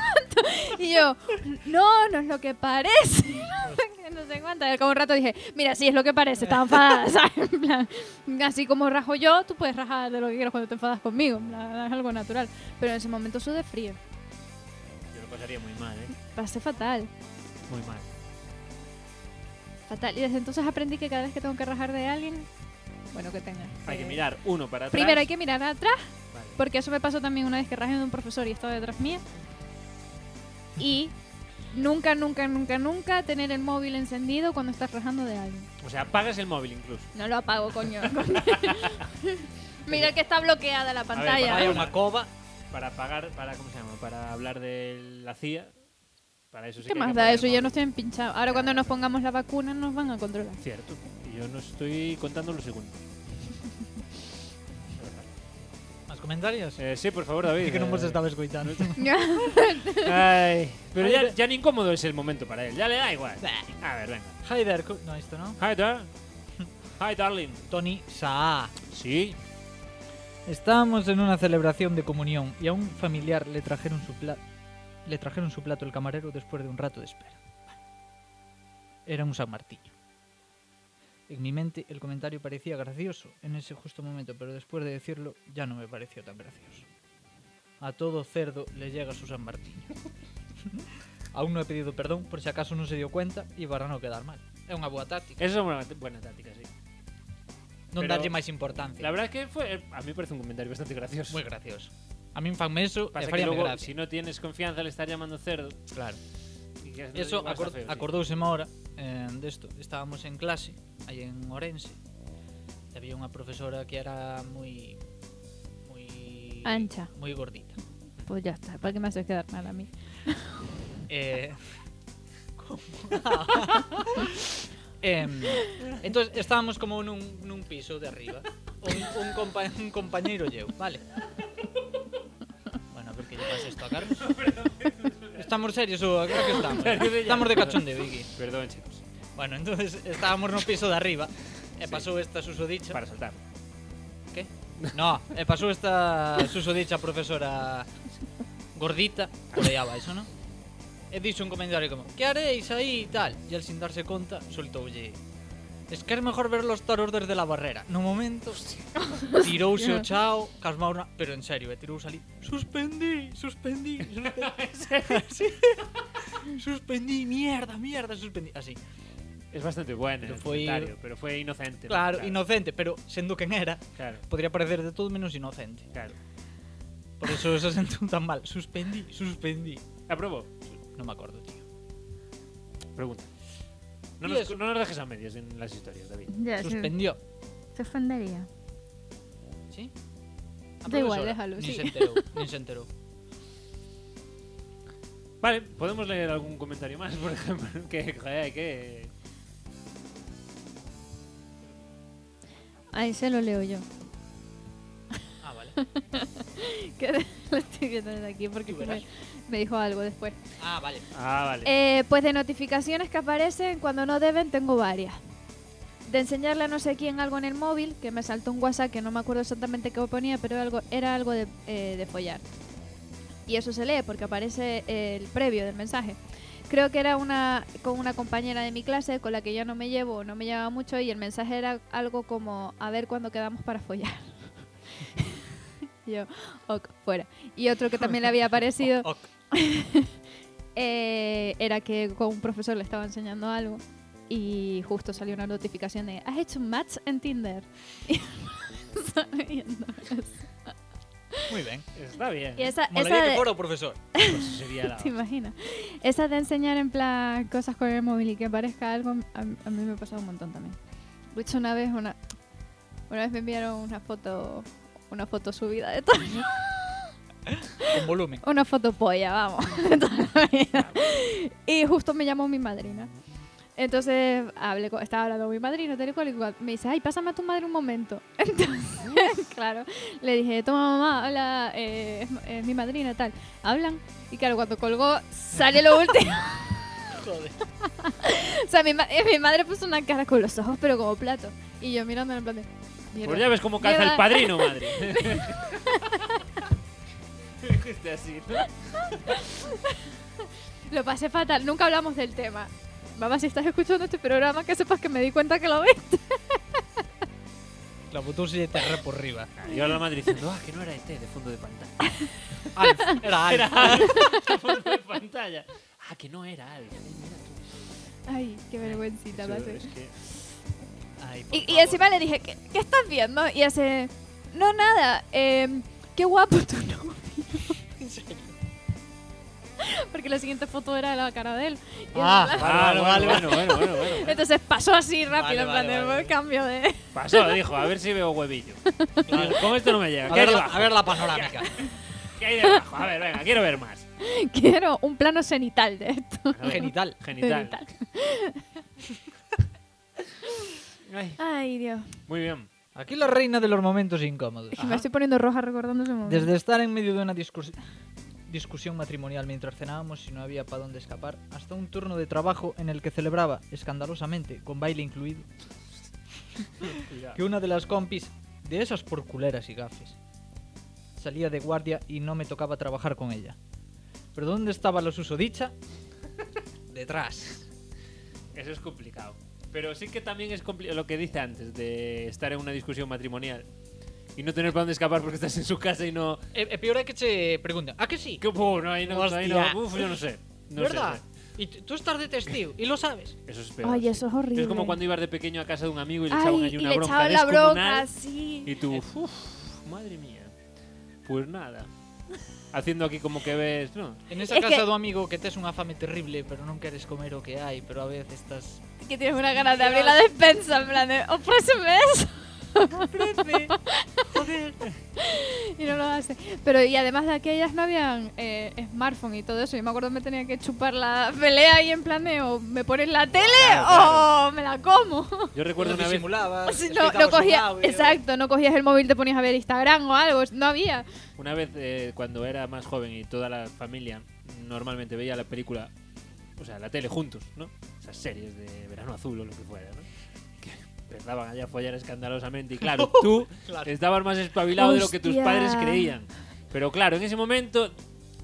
S6: y yo, no, no es lo que parece. no sé cuánto. Y al cabo de un rato dije, mira, sí, es lo que parece, estaba enfadada, ¿sabes? En plan, así como rajo yo, tú puedes rajar de lo que quieras cuando te enfadas conmigo. en plan, es algo natural. Pero en ese momento sudé frío.
S2: está. Yo lo pasaría muy mal, ¿eh?
S6: Pasé fatal,
S2: Muy mal.
S6: fatal. Y desde entonces aprendí que cada vez que tengo que rajar de alguien, bueno, que tenga.
S2: Hay que
S6: eh,
S2: mirar uno para atrás.
S6: Primero hay que mirar atrás.
S2: Vale.
S6: Porque eso me pasó también una vez que rajé de un profesor y estaba detrás mía. Y nunca, nunca, nunca, nunca tener el móvil encendido cuando estás rajando de alguien.
S2: O sea, apagas el móvil incluso.
S6: No lo apago, coño. Mira que está bloqueada la pantalla.
S7: Hai
S2: para-
S7: unha cova,
S2: Para apagar, para, ¿cómo se llama? Para hablar de la CIA. Para eso sí
S6: ¿Qué
S2: que hay que
S6: más da
S2: apagar
S6: eso?
S2: el
S6: Ya no
S2: móvil.
S6: estoy pinchados. Ahora cuando nos pongamos la vacuna nos van a controlar.
S2: Cierto. Y yo no estoy contando los segundos.
S7: más comentarios.
S2: Eh, sí, por favor, David.
S7: Así que non vos
S2: eh,
S7: estaba escoitando.
S2: Ay, pero ya, ya ni incómodo es el momento para él. Ya le da igual. A ver, venga.
S7: Hi there, co- no, isto non.
S2: Hi, dar. Hi, darling.
S7: Tony Saá.
S2: Sí.
S7: Estábamos en una celebración de comunión y a un familiar le trajeron su plato le trajeron su plato el camarero después de un rato de espera. Era un San Martín. En mi mente el comentario parecía gracioso en ese justo momento, pero después de decirlo ya no me pareció tan gracioso. A todo cerdo le llega su San Martín. Aún no he pedido perdón por si acaso no se dio cuenta y para no quedar mal. É unha boa táctica.
S2: Eso es una buena táctica, sí.
S7: Non
S2: pero-
S7: darlle máis importancia.
S2: La verdad es que fue, eh, a mí me parece un comentario bastante gracioso.
S7: Moi gracioso. A min fanme eso e
S2: Pasa que
S7: faríame
S2: luego,
S7: gracia.
S2: si no tienes confianza, le estar llamando cerdo.
S7: Claro.
S2: Y que no
S7: Eso
S2: digo, está
S7: acor-
S2: feo, sí.
S7: acordouseme ahora eh, desto. Estábamos en clase, aí en Orense. E había unha profesora que era moi moi
S6: Ancha.
S7: moi gordita.
S6: Pues ya está, ¿para qué me haces quedar mal a mí?
S7: Eh, co- Em, entón, estábamos como nun, nun piso de arriba. Un, un, compa un compañeiro e eu, vale. Bueno, a ver que lle pasa isto a Carlos. Estamos serios ou a a que estamos? Estamos de cachondeo, Vicky.
S2: Perdón, chicos.
S7: Bueno, entonces estábamos no piso de arriba e pasou esta susodicha.
S2: Para saltar.
S7: ¿Qué? No, e pasou esta susodicha profesora gordita por aí abaixo, non? E dixo un comentario como Que haréis aí e tal E al sin darse conta, soltoulle Es que é mellor ver los toros desde la barrera No momento, tirouse o chao Cas maus na... Pero en serio, e tirouse ali Suspendí, suspendí, suspendí Suspendí, mierda, mierda, suspendí Así
S2: Es bastante bueno
S7: Pero
S2: el
S7: foi-
S2: comentario, pero foi inocente. ¿no?
S7: Claro, inocente, pero sendo quen era,
S2: Claro,
S7: podría parecer de todo menos inocente.
S2: claro.
S7: Por eso se sentou tan mal. Suspendí, suspendí.
S2: ¿Aprobó?
S7: Non me acordo, tío.
S2: Pregunta. No
S7: Y
S2: nos,
S7: eso.
S2: no nos dejes a medias en las historias, David.
S6: Ya, sí.
S7: Suspendió.
S6: Se ofendería.
S7: ¿Sí? Ah,
S6: Da igual, déjalo,
S7: Ni
S6: sí.
S7: se enterou, ni se enterou.
S2: Vale, podemos leer algún comentario más, por ejemplo. Que, joder, hay que.
S6: Ahí se lo leo yo.
S7: Ah, vale.
S6: Que lo estoy viendo desde aquí porque
S7: Tú
S6: sí
S7: verás.
S6: me, me dijo algo después.
S7: Ah, vale.
S2: Ah, vale.
S6: Eh, pues de notificaciones que aparecen cuando no deben, tengo varias. De enseñarle a no sé quién algo en el móvil, que me saltó un WhatsApp que no me acuerdo exactamente qué ponía, pero algo, era algo de, eh, de follar. Y eso se lee porque aparece el previo del mensaje. Creo que era una con una compañera de mi clase con la que yo no me llevo, o no me llevaba mucho y el mensaje era algo como a ver cuándo quedamos para follar. Y yo, ok, fuera. Y otro que también le había aparecido
S7: Ok.
S6: eh, era que con un profesor le estaba enseñando algo y justo salió una notificación de has hecho un match en Tinder y,
S7: Muy ben.
S2: Está bien.
S6: y esa, esa
S7: Molaría que
S6: de,
S7: fora o profesor.
S2: Pues sería la.
S6: te imaginas esa de enseñar en plan cosas con el móvil y que parezca algo a, a mí me ha pasado un montón también de hecho una vez una una vez me enviaron una foto una foto subida de todo
S7: Con volumen.
S6: una foto polla, vamos. de toda la vida. y justo me llamó mi madrina. Entonces hablé con- estaba hablando con mi madrina, tal y cual, y cual. me dice, ay, pásame a tu madre un momento. Entonces, claro, le dije, toma mamá, hola, eh, es, es mi madrina, tal. Hablan. Y claro, cuando colgó, sale lo último.
S7: Joder.
S6: o sea, mi, ma- eh, mi madre puso una cara con los ojos, pero como plato. Y yo mirando en plan de, "Mierda".
S2: Pues ya ves cómo calza
S6: Lleva-
S2: el padrino, madre. Dijiste así, ¿no?
S6: Lo pasé fatal, nunca hablamos del tema. Mamá, si estás escuchando este programa, que sepas que me di cuenta que lo ves.
S7: La botouse de terra por riba.
S2: Y ahora la madre diciendo, ah, que no era ET, de fondo de pantalla.
S7: Alf. Era Alf.
S2: De fondo de pantalla. Ah, que no era algo.
S6: Ay, qué vergüencita pasé.
S2: es que...
S7: Ay, por
S6: Y, y
S7: favor.
S6: encima le dije, ¿qué, qué estás viendo? Y hace, no nada, em, qué guapo tu novio.
S7: En serio.
S6: Porque la siguiente foto era la cara de él. Y
S7: Ah,
S6: en plan-
S7: vale, vale, vale.
S2: bueno, bueno, bueno, bueno.
S6: Entonces pasó así rápido,
S7: Vale,
S6: en plan
S7: vale,
S6: de
S7: vale.
S6: cambio de...
S2: Pasó, dijo, a ver si veo huevillo.
S7: Claro.
S2: Con esto no me llega.
S7: A
S2: ¿Qué hay
S7: ver, la,
S2: debajo?
S7: a ver la panorámica.
S2: ¿Qué hay debajo? A ver, venga, quiero ver más.
S6: Quiero un plano cenital de esto.
S2: A ver.
S7: Genital.
S2: Genital.
S6: Cenital.
S2: Ay,
S6: Ay, Dios.
S2: muy bien.
S7: Aquí la reina de los momentos incómodos.
S6: Es que me estoy poniendo roja recordando ese momento.
S7: Desde estar en medio de una discus- discusión matrimonial mientras cenábamos y no había para dónde escapar, hasta un turno de trabajo en el que celebraba, escandalosamente, con baile incluido, que una de las compis, de esas por culeras y gafes, salía de guardia y no me tocaba trabajar con ella. ¿Pero dónde estaba la susodicha? Detrás.
S2: Eso es complicado. Pero sí que también es compli- lo que dice antes, de estar en una discusión matrimonial y no tener para dónde escapar porque estás en su casa y no...
S7: E, e peor é que che preguntan, a que sí?
S2: Que, buh, no, ahí no, ahí
S7: Hostia.
S2: no, uf, yo no sé. No sé,
S7: ¿Verdad?
S2: no sé.
S7: Y t- tú estás de testigo, y lo sabes.
S2: Eso es peor.
S6: Ay,
S2: sí.
S6: eso es horrible.
S2: Es como cuando ibas de pequeño a casa de un amigo y le echaban
S6: Ay,
S2: allí
S6: y
S2: una
S6: le
S2: bronca
S6: echaban la bronca,
S2: descomunal.
S6: sí.
S2: Y tú, uff, madre mía. Pues nada. Haciendo aquí como que ves, ¿no?
S7: En esa
S6: Es
S7: casa
S6: que-
S7: do amigo que tes unha fame terrible, pero non queres comer o que hai, pero a veces estás...
S6: Que tienes "Oh, una ganas de abrir la despensa, en plan de, ofréceme eso.
S7: Joder,
S2: joder.
S6: y no lo hace. Pero y además de aquellas no habían eh, smartphone y todo eso. Yo me acuerdo me tenía que chupar la pelea ahí en plan de o me pones la tele o me la como.
S2: Yo recuerdo una vez.
S7: disimulabas,
S6: Sí, no,
S7: explicabas
S6: no
S7: un
S6: cogías,
S7: audio.
S6: exacto, no cogías el móvil, te ponías a ver Instagram o algo, no había.
S2: Una vez eh, cuando era más joven y toda la familia normalmente veía la película, o sea, la tele juntos, ¿no? Esas series de verano azul o lo que fuera, ¿no? Que empezaban allá a follar escandalosamente y claro, tú
S7: Claro.
S2: estabas más espabilado de lo que tus
S6: Hostia.
S2: padres creían. Pero claro, en ese momento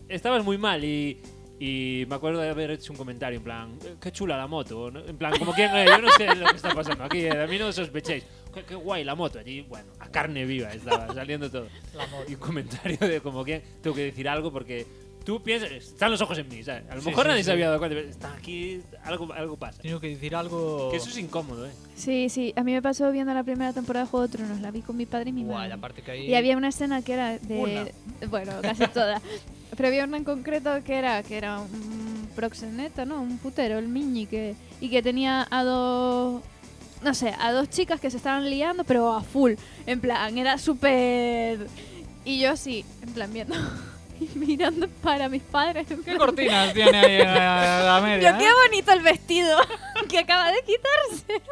S2: estabas muy mal y, y me acuerdo de haber hecho un comentario en plan, "Eh, qué chula la moto, ¿no? en plan, como que "Eh, yo no sé lo que está pasando aquí, eh, a mí no sospechéis. Qué, qué guay la moto allí, bueno, a carne viva estaba saliendo todo.
S7: La moto.
S2: Y un comentario de como que tengo que decir algo porque tú piensas, están los ojos en mí, ¿sabes? A lo
S7: Sí,
S2: mejor
S7: sí,
S2: nadie
S7: sí.
S2: se había dado cuenta, pero está aquí, algo, algo pasa.
S7: Tengo que decir algo.
S2: Que eso es incómodo, ¿eh?
S6: Sí, sí, a mí me pasó viendo la primera temporada de Juego de Tronos, la vi con mi padre y mi
S7: Guay,
S6: madre.
S7: la parte que hay.
S6: Y había una escena que era de. Bueno, casi toda. Pero había una en concreto que era, que era un proxeneta, ¿no? Un putero, el Miñi, que, y que tenía a dos. No sé, a dos chicas que se estaban liando, pero a full. En plan, era súper. Y yo así, en plan, viendo. y mirando para mis padres. en
S7: ¿Qué
S6: plan,
S7: cortinas tiene ahí a la media?
S6: yo,
S7: eh?
S6: qué bonito el vestido que acaba de quitarse.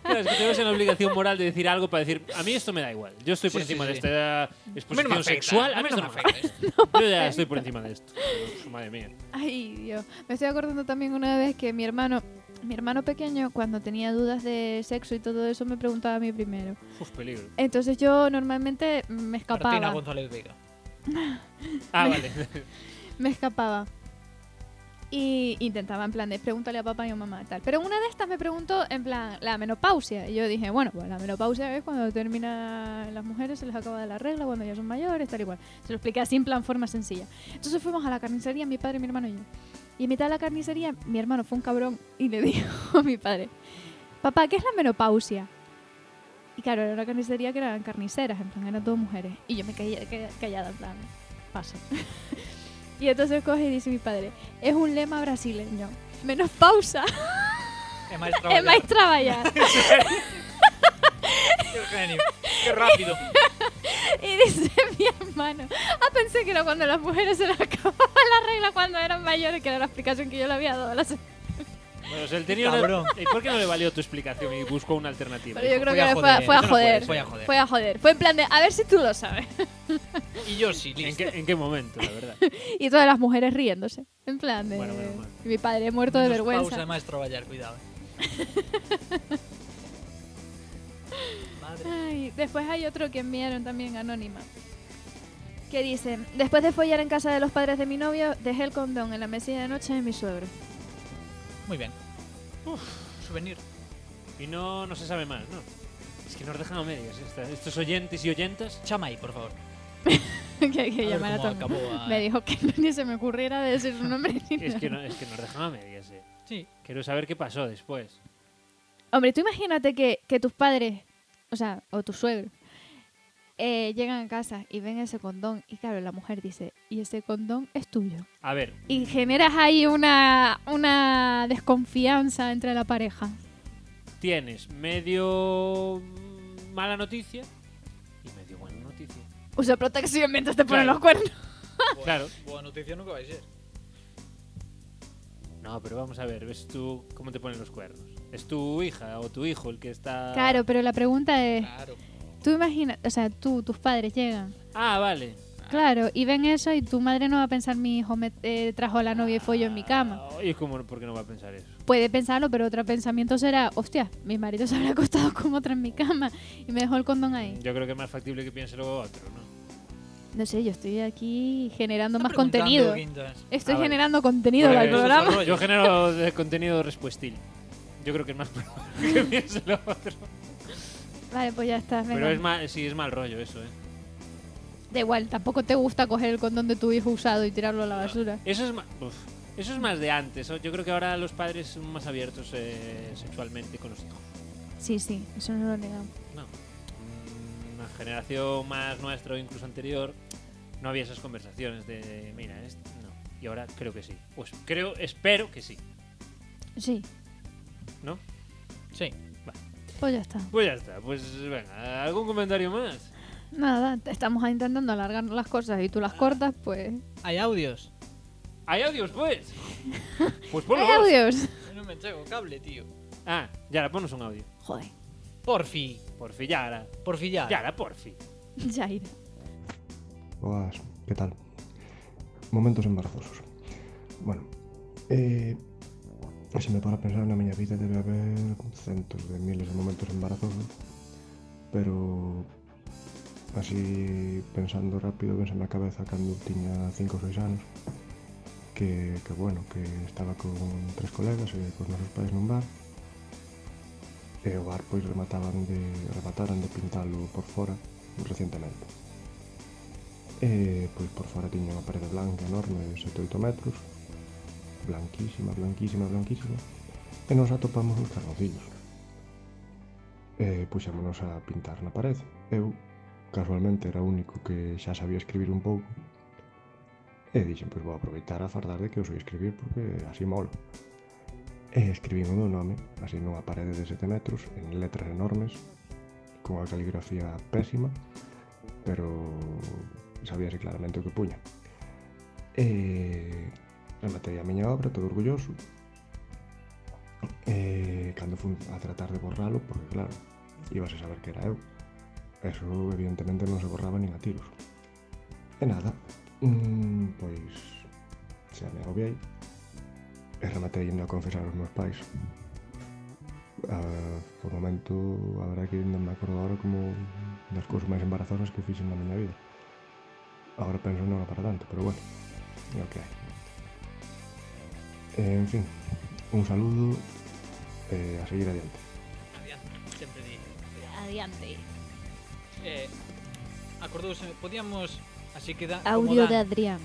S2: Claro, es que tenemos la obligación moral de decir algo para decir, a mí esto me da igual, yo estoy por
S7: Sí, sí,
S2: encima de
S7: sí.
S2: esta
S7: A mí no
S2: exposición
S7: me afecta,
S2: sexual, a mí
S7: no me
S2: afecta.
S7: afecta.
S2: Yo ya estoy por encima de esto. Madre mía.
S6: Ay, Dios. Me estoy acordando también una vez que mi hermano, mi hermano pequeño, cuando tenía dudas de sexo y todo eso, me preguntaba a mí primero.
S2: Uf, peligro.
S6: Entonces yo normalmente me
S7: Martina
S6: escapaba.
S7: González Vega.
S2: Ah, vale.
S6: Me escapaba. Y intentaba en plan de pregúntale a papá y a mamá tal. Pero una de estas me preguntó en plan la menopausia. Y yo dije, bueno, pues la menopausia es cuando termina las mujeres, se les acaba de la regla, cuando ya son mayores, tal y cual. Se lo expliqué así en plan forma sencilla. Entonces fuimos a la carnicería, mi padre, mi hermano y yo. Y en mitad de la carnicería, mi hermano fue un cabrón y le dijo a mi padre, papá, ¿qué es la menopausia? Y claro, era una carnicería que eran carniceras, en plan, eran dos mujeres. Y yo me quedé quedé callada, en plan, paso. y entonces coge y dice mi padre, es un lema brasileño, menos pausa,
S7: Es maestra.
S6: es más trabajar.
S7: Qué genio. Qué rápido.
S6: y dice mi hermano, ah, pensé que era cuando las mujeres se les acababa la regla cuando eran mayores, que era la explicación que yo le había dado. a la se-
S2: Bueno, o sea, él tenía una-
S7: Cabrón.
S2: ¿Y por qué no le valió tu explicación y buscó una alternativa?
S6: Pero yo creo
S7: Voy a
S6: que fue,
S7: joder,
S6: fue a
S7: eso no puede
S6: joder.
S7: ser. Voy a joder.
S6: Fue a joder. Fue en plan de, a ver si tú lo sabes.
S7: Y yo sí,
S2: ¿En
S7: listo.
S2: qué, en qué momento, la verdad?
S6: Y todas las mujeres riéndose. En plan de.
S2: Bueno, menos mal.
S6: Mi padre muerto de
S7: Menos
S6: vergüenza.
S7: Pausa, maestro Vallar, cuidado. Madre.
S6: Ay, después hay otro que enviaron también anónima. Que dice, después de follar en casa de los padres de mi novio, dejé el condón en la mesilla de noche de mi suegro.
S7: Muy bien. Souvenir.
S2: Y no, no se sabe más, ¿no? Es que nos dejan a medias esta- estos oyentes y oyentas.
S7: Chamay, por favor.
S6: que hay que
S7: A ver
S6: llamar a
S7: cómo
S6: todo el
S7: acabó,
S6: mundo.
S7: ah.
S6: Me dijo que ni se me ocurriera de decir su nombre. ni
S2: Es que,
S6: nada.
S2: no- es que nos dejan a medias, eh.
S7: Sí.
S2: Quiero saber qué pasó después.
S6: Hombre, tú imagínate que, que tus padres, o sea, o tu suegro, eh, llegan a casa y ven ese condón. Y claro, la mujer dice, y ese condón es tuyo.
S2: A ver,
S6: y generas ahí una, una desconfianza entre la pareja.
S2: tienes medio mm, mala noticia y medio buena noticia.
S6: Usa protección mientras te ponen
S2: Claro.
S6: los cuernos.
S2: Claro.
S7: Buena noticia nunca va a ser.
S2: No, pero vamos a ver, ves tú cómo te ponen los cuernos. Es tu hija o tu hijo el que está.
S6: Claro, pero la pregunta es,
S7: Claro.
S6: tú imaginas, o sea, tú, tus padres llegan,
S2: Ah, vale.
S6: claro, y ven eso y tu madre no va a pensar, mi hijo me eh, trajo a la novia y follo en mi cama.
S2: Ah, ¿Y cómo, por qué no va a pensar eso?
S6: Puede pensarlo, pero otro pensamiento será, hostia, mi marido se habrá acostado con otra en mi cama y me dejó el condón ahí.
S2: Yo creo que es más factible que piense lo otro, ¿no?
S6: No sé, yo estoy aquí generando
S7: Está
S6: más
S7: preguntando,
S6: contenido.
S7: Quintas.
S6: Estoy
S2: Ah, vale.
S6: generando contenido
S2: Porque
S6: para el
S2: eso-
S6: programa.
S2: Yo genero de contenido respuestil. Yo creo que es más probable que piense lo otro.
S6: Vale, pues ya está. venga.
S2: Pero es mal, sí, es mal rollo eso, ¿eh?
S6: Da igual, tampoco te gusta coger el condón de tu hijo usado y tirarlo a la basura.
S2: Eso es más, eso es más de antes. ¿no? Yo creo que ahora los padres son más abiertos eh, sexualmente con los hijos.
S6: Sí, sí, eso no lo negamos.
S2: No. Mm, Una generación más nuestra o incluso anterior no había esas conversaciones de, mira, es- no. Y ahora creo que sí. Pues creo, espero que sí,
S6: Sí.
S2: ¿no?
S7: Sí.
S2: Vale.
S6: Pues ya está.
S2: Pues ya está, pues venga, ¿algún comentario más?
S6: Nada, te estamos intentando alargar las cosas y tú las cortas, pues.
S7: Hay audios.
S2: ¡Hay audios, pues! Pues
S6: ¡Hay
S2: ponlo vos.
S6: audios!
S7: No me entrego cable, tío.
S2: Ah, ya la ponos un audio.
S6: Joder,
S7: Porfi.
S2: Porfi, ya ahora.
S7: Porfi ya.
S2: Ya la porfi.
S6: ya iré.
S5: Buenas, ¿qué tal? Momentos embarazosos. Bueno, eh, se me para a pensar na miña vida debe haber centos de miles de momentos embarazosos, pero así pensando rápido, pensa na cabeza cando tiña 5 ou 6 anos, que, que bueno, que estaba con tres colegas e cos nosos pais nun bar, e o bar pois remataban de, remataran de pintalo por fora recientemente. E pois por fora tiña unha parede blanca enorme de 7-8 metros Blanquísima, blanquísima, blanquísima E nos atopamos uns carnocillos E puxámonos a pintar na parede Eu, casualmente, era o único que xa sabía escribir un pouco E dixen, pois vou aproveitar a fardar de que eu sei escribir porque así molo E escribín o meu nome, así nunha parede de 7 metros, en letras enormes Con a caligrafía pésima pero sabíase claramente o que puña. E rematei a miña obra, todo orgulloso. E cando fun a tratar de borralo, porque claro, ibas a saber que era eu. Eso evidentemente non se borraba nin a tiros. E nada, mm, pois xa me agobiei e rematei indo a confesar aos meus pais. Ah, por momento, a verdad que non me acordo agora como das cousas máis embarazosas que fixen na miña vida. Agora penso non é para tanto, pero bueno, é o que hai. En fin, un saludo e a seguir adiante.
S7: Adiante, Sempre di.
S6: Adiante.
S7: Eh, acordouse, podíamos así que da, como
S6: Audio de
S7: dan-
S6: Adrián.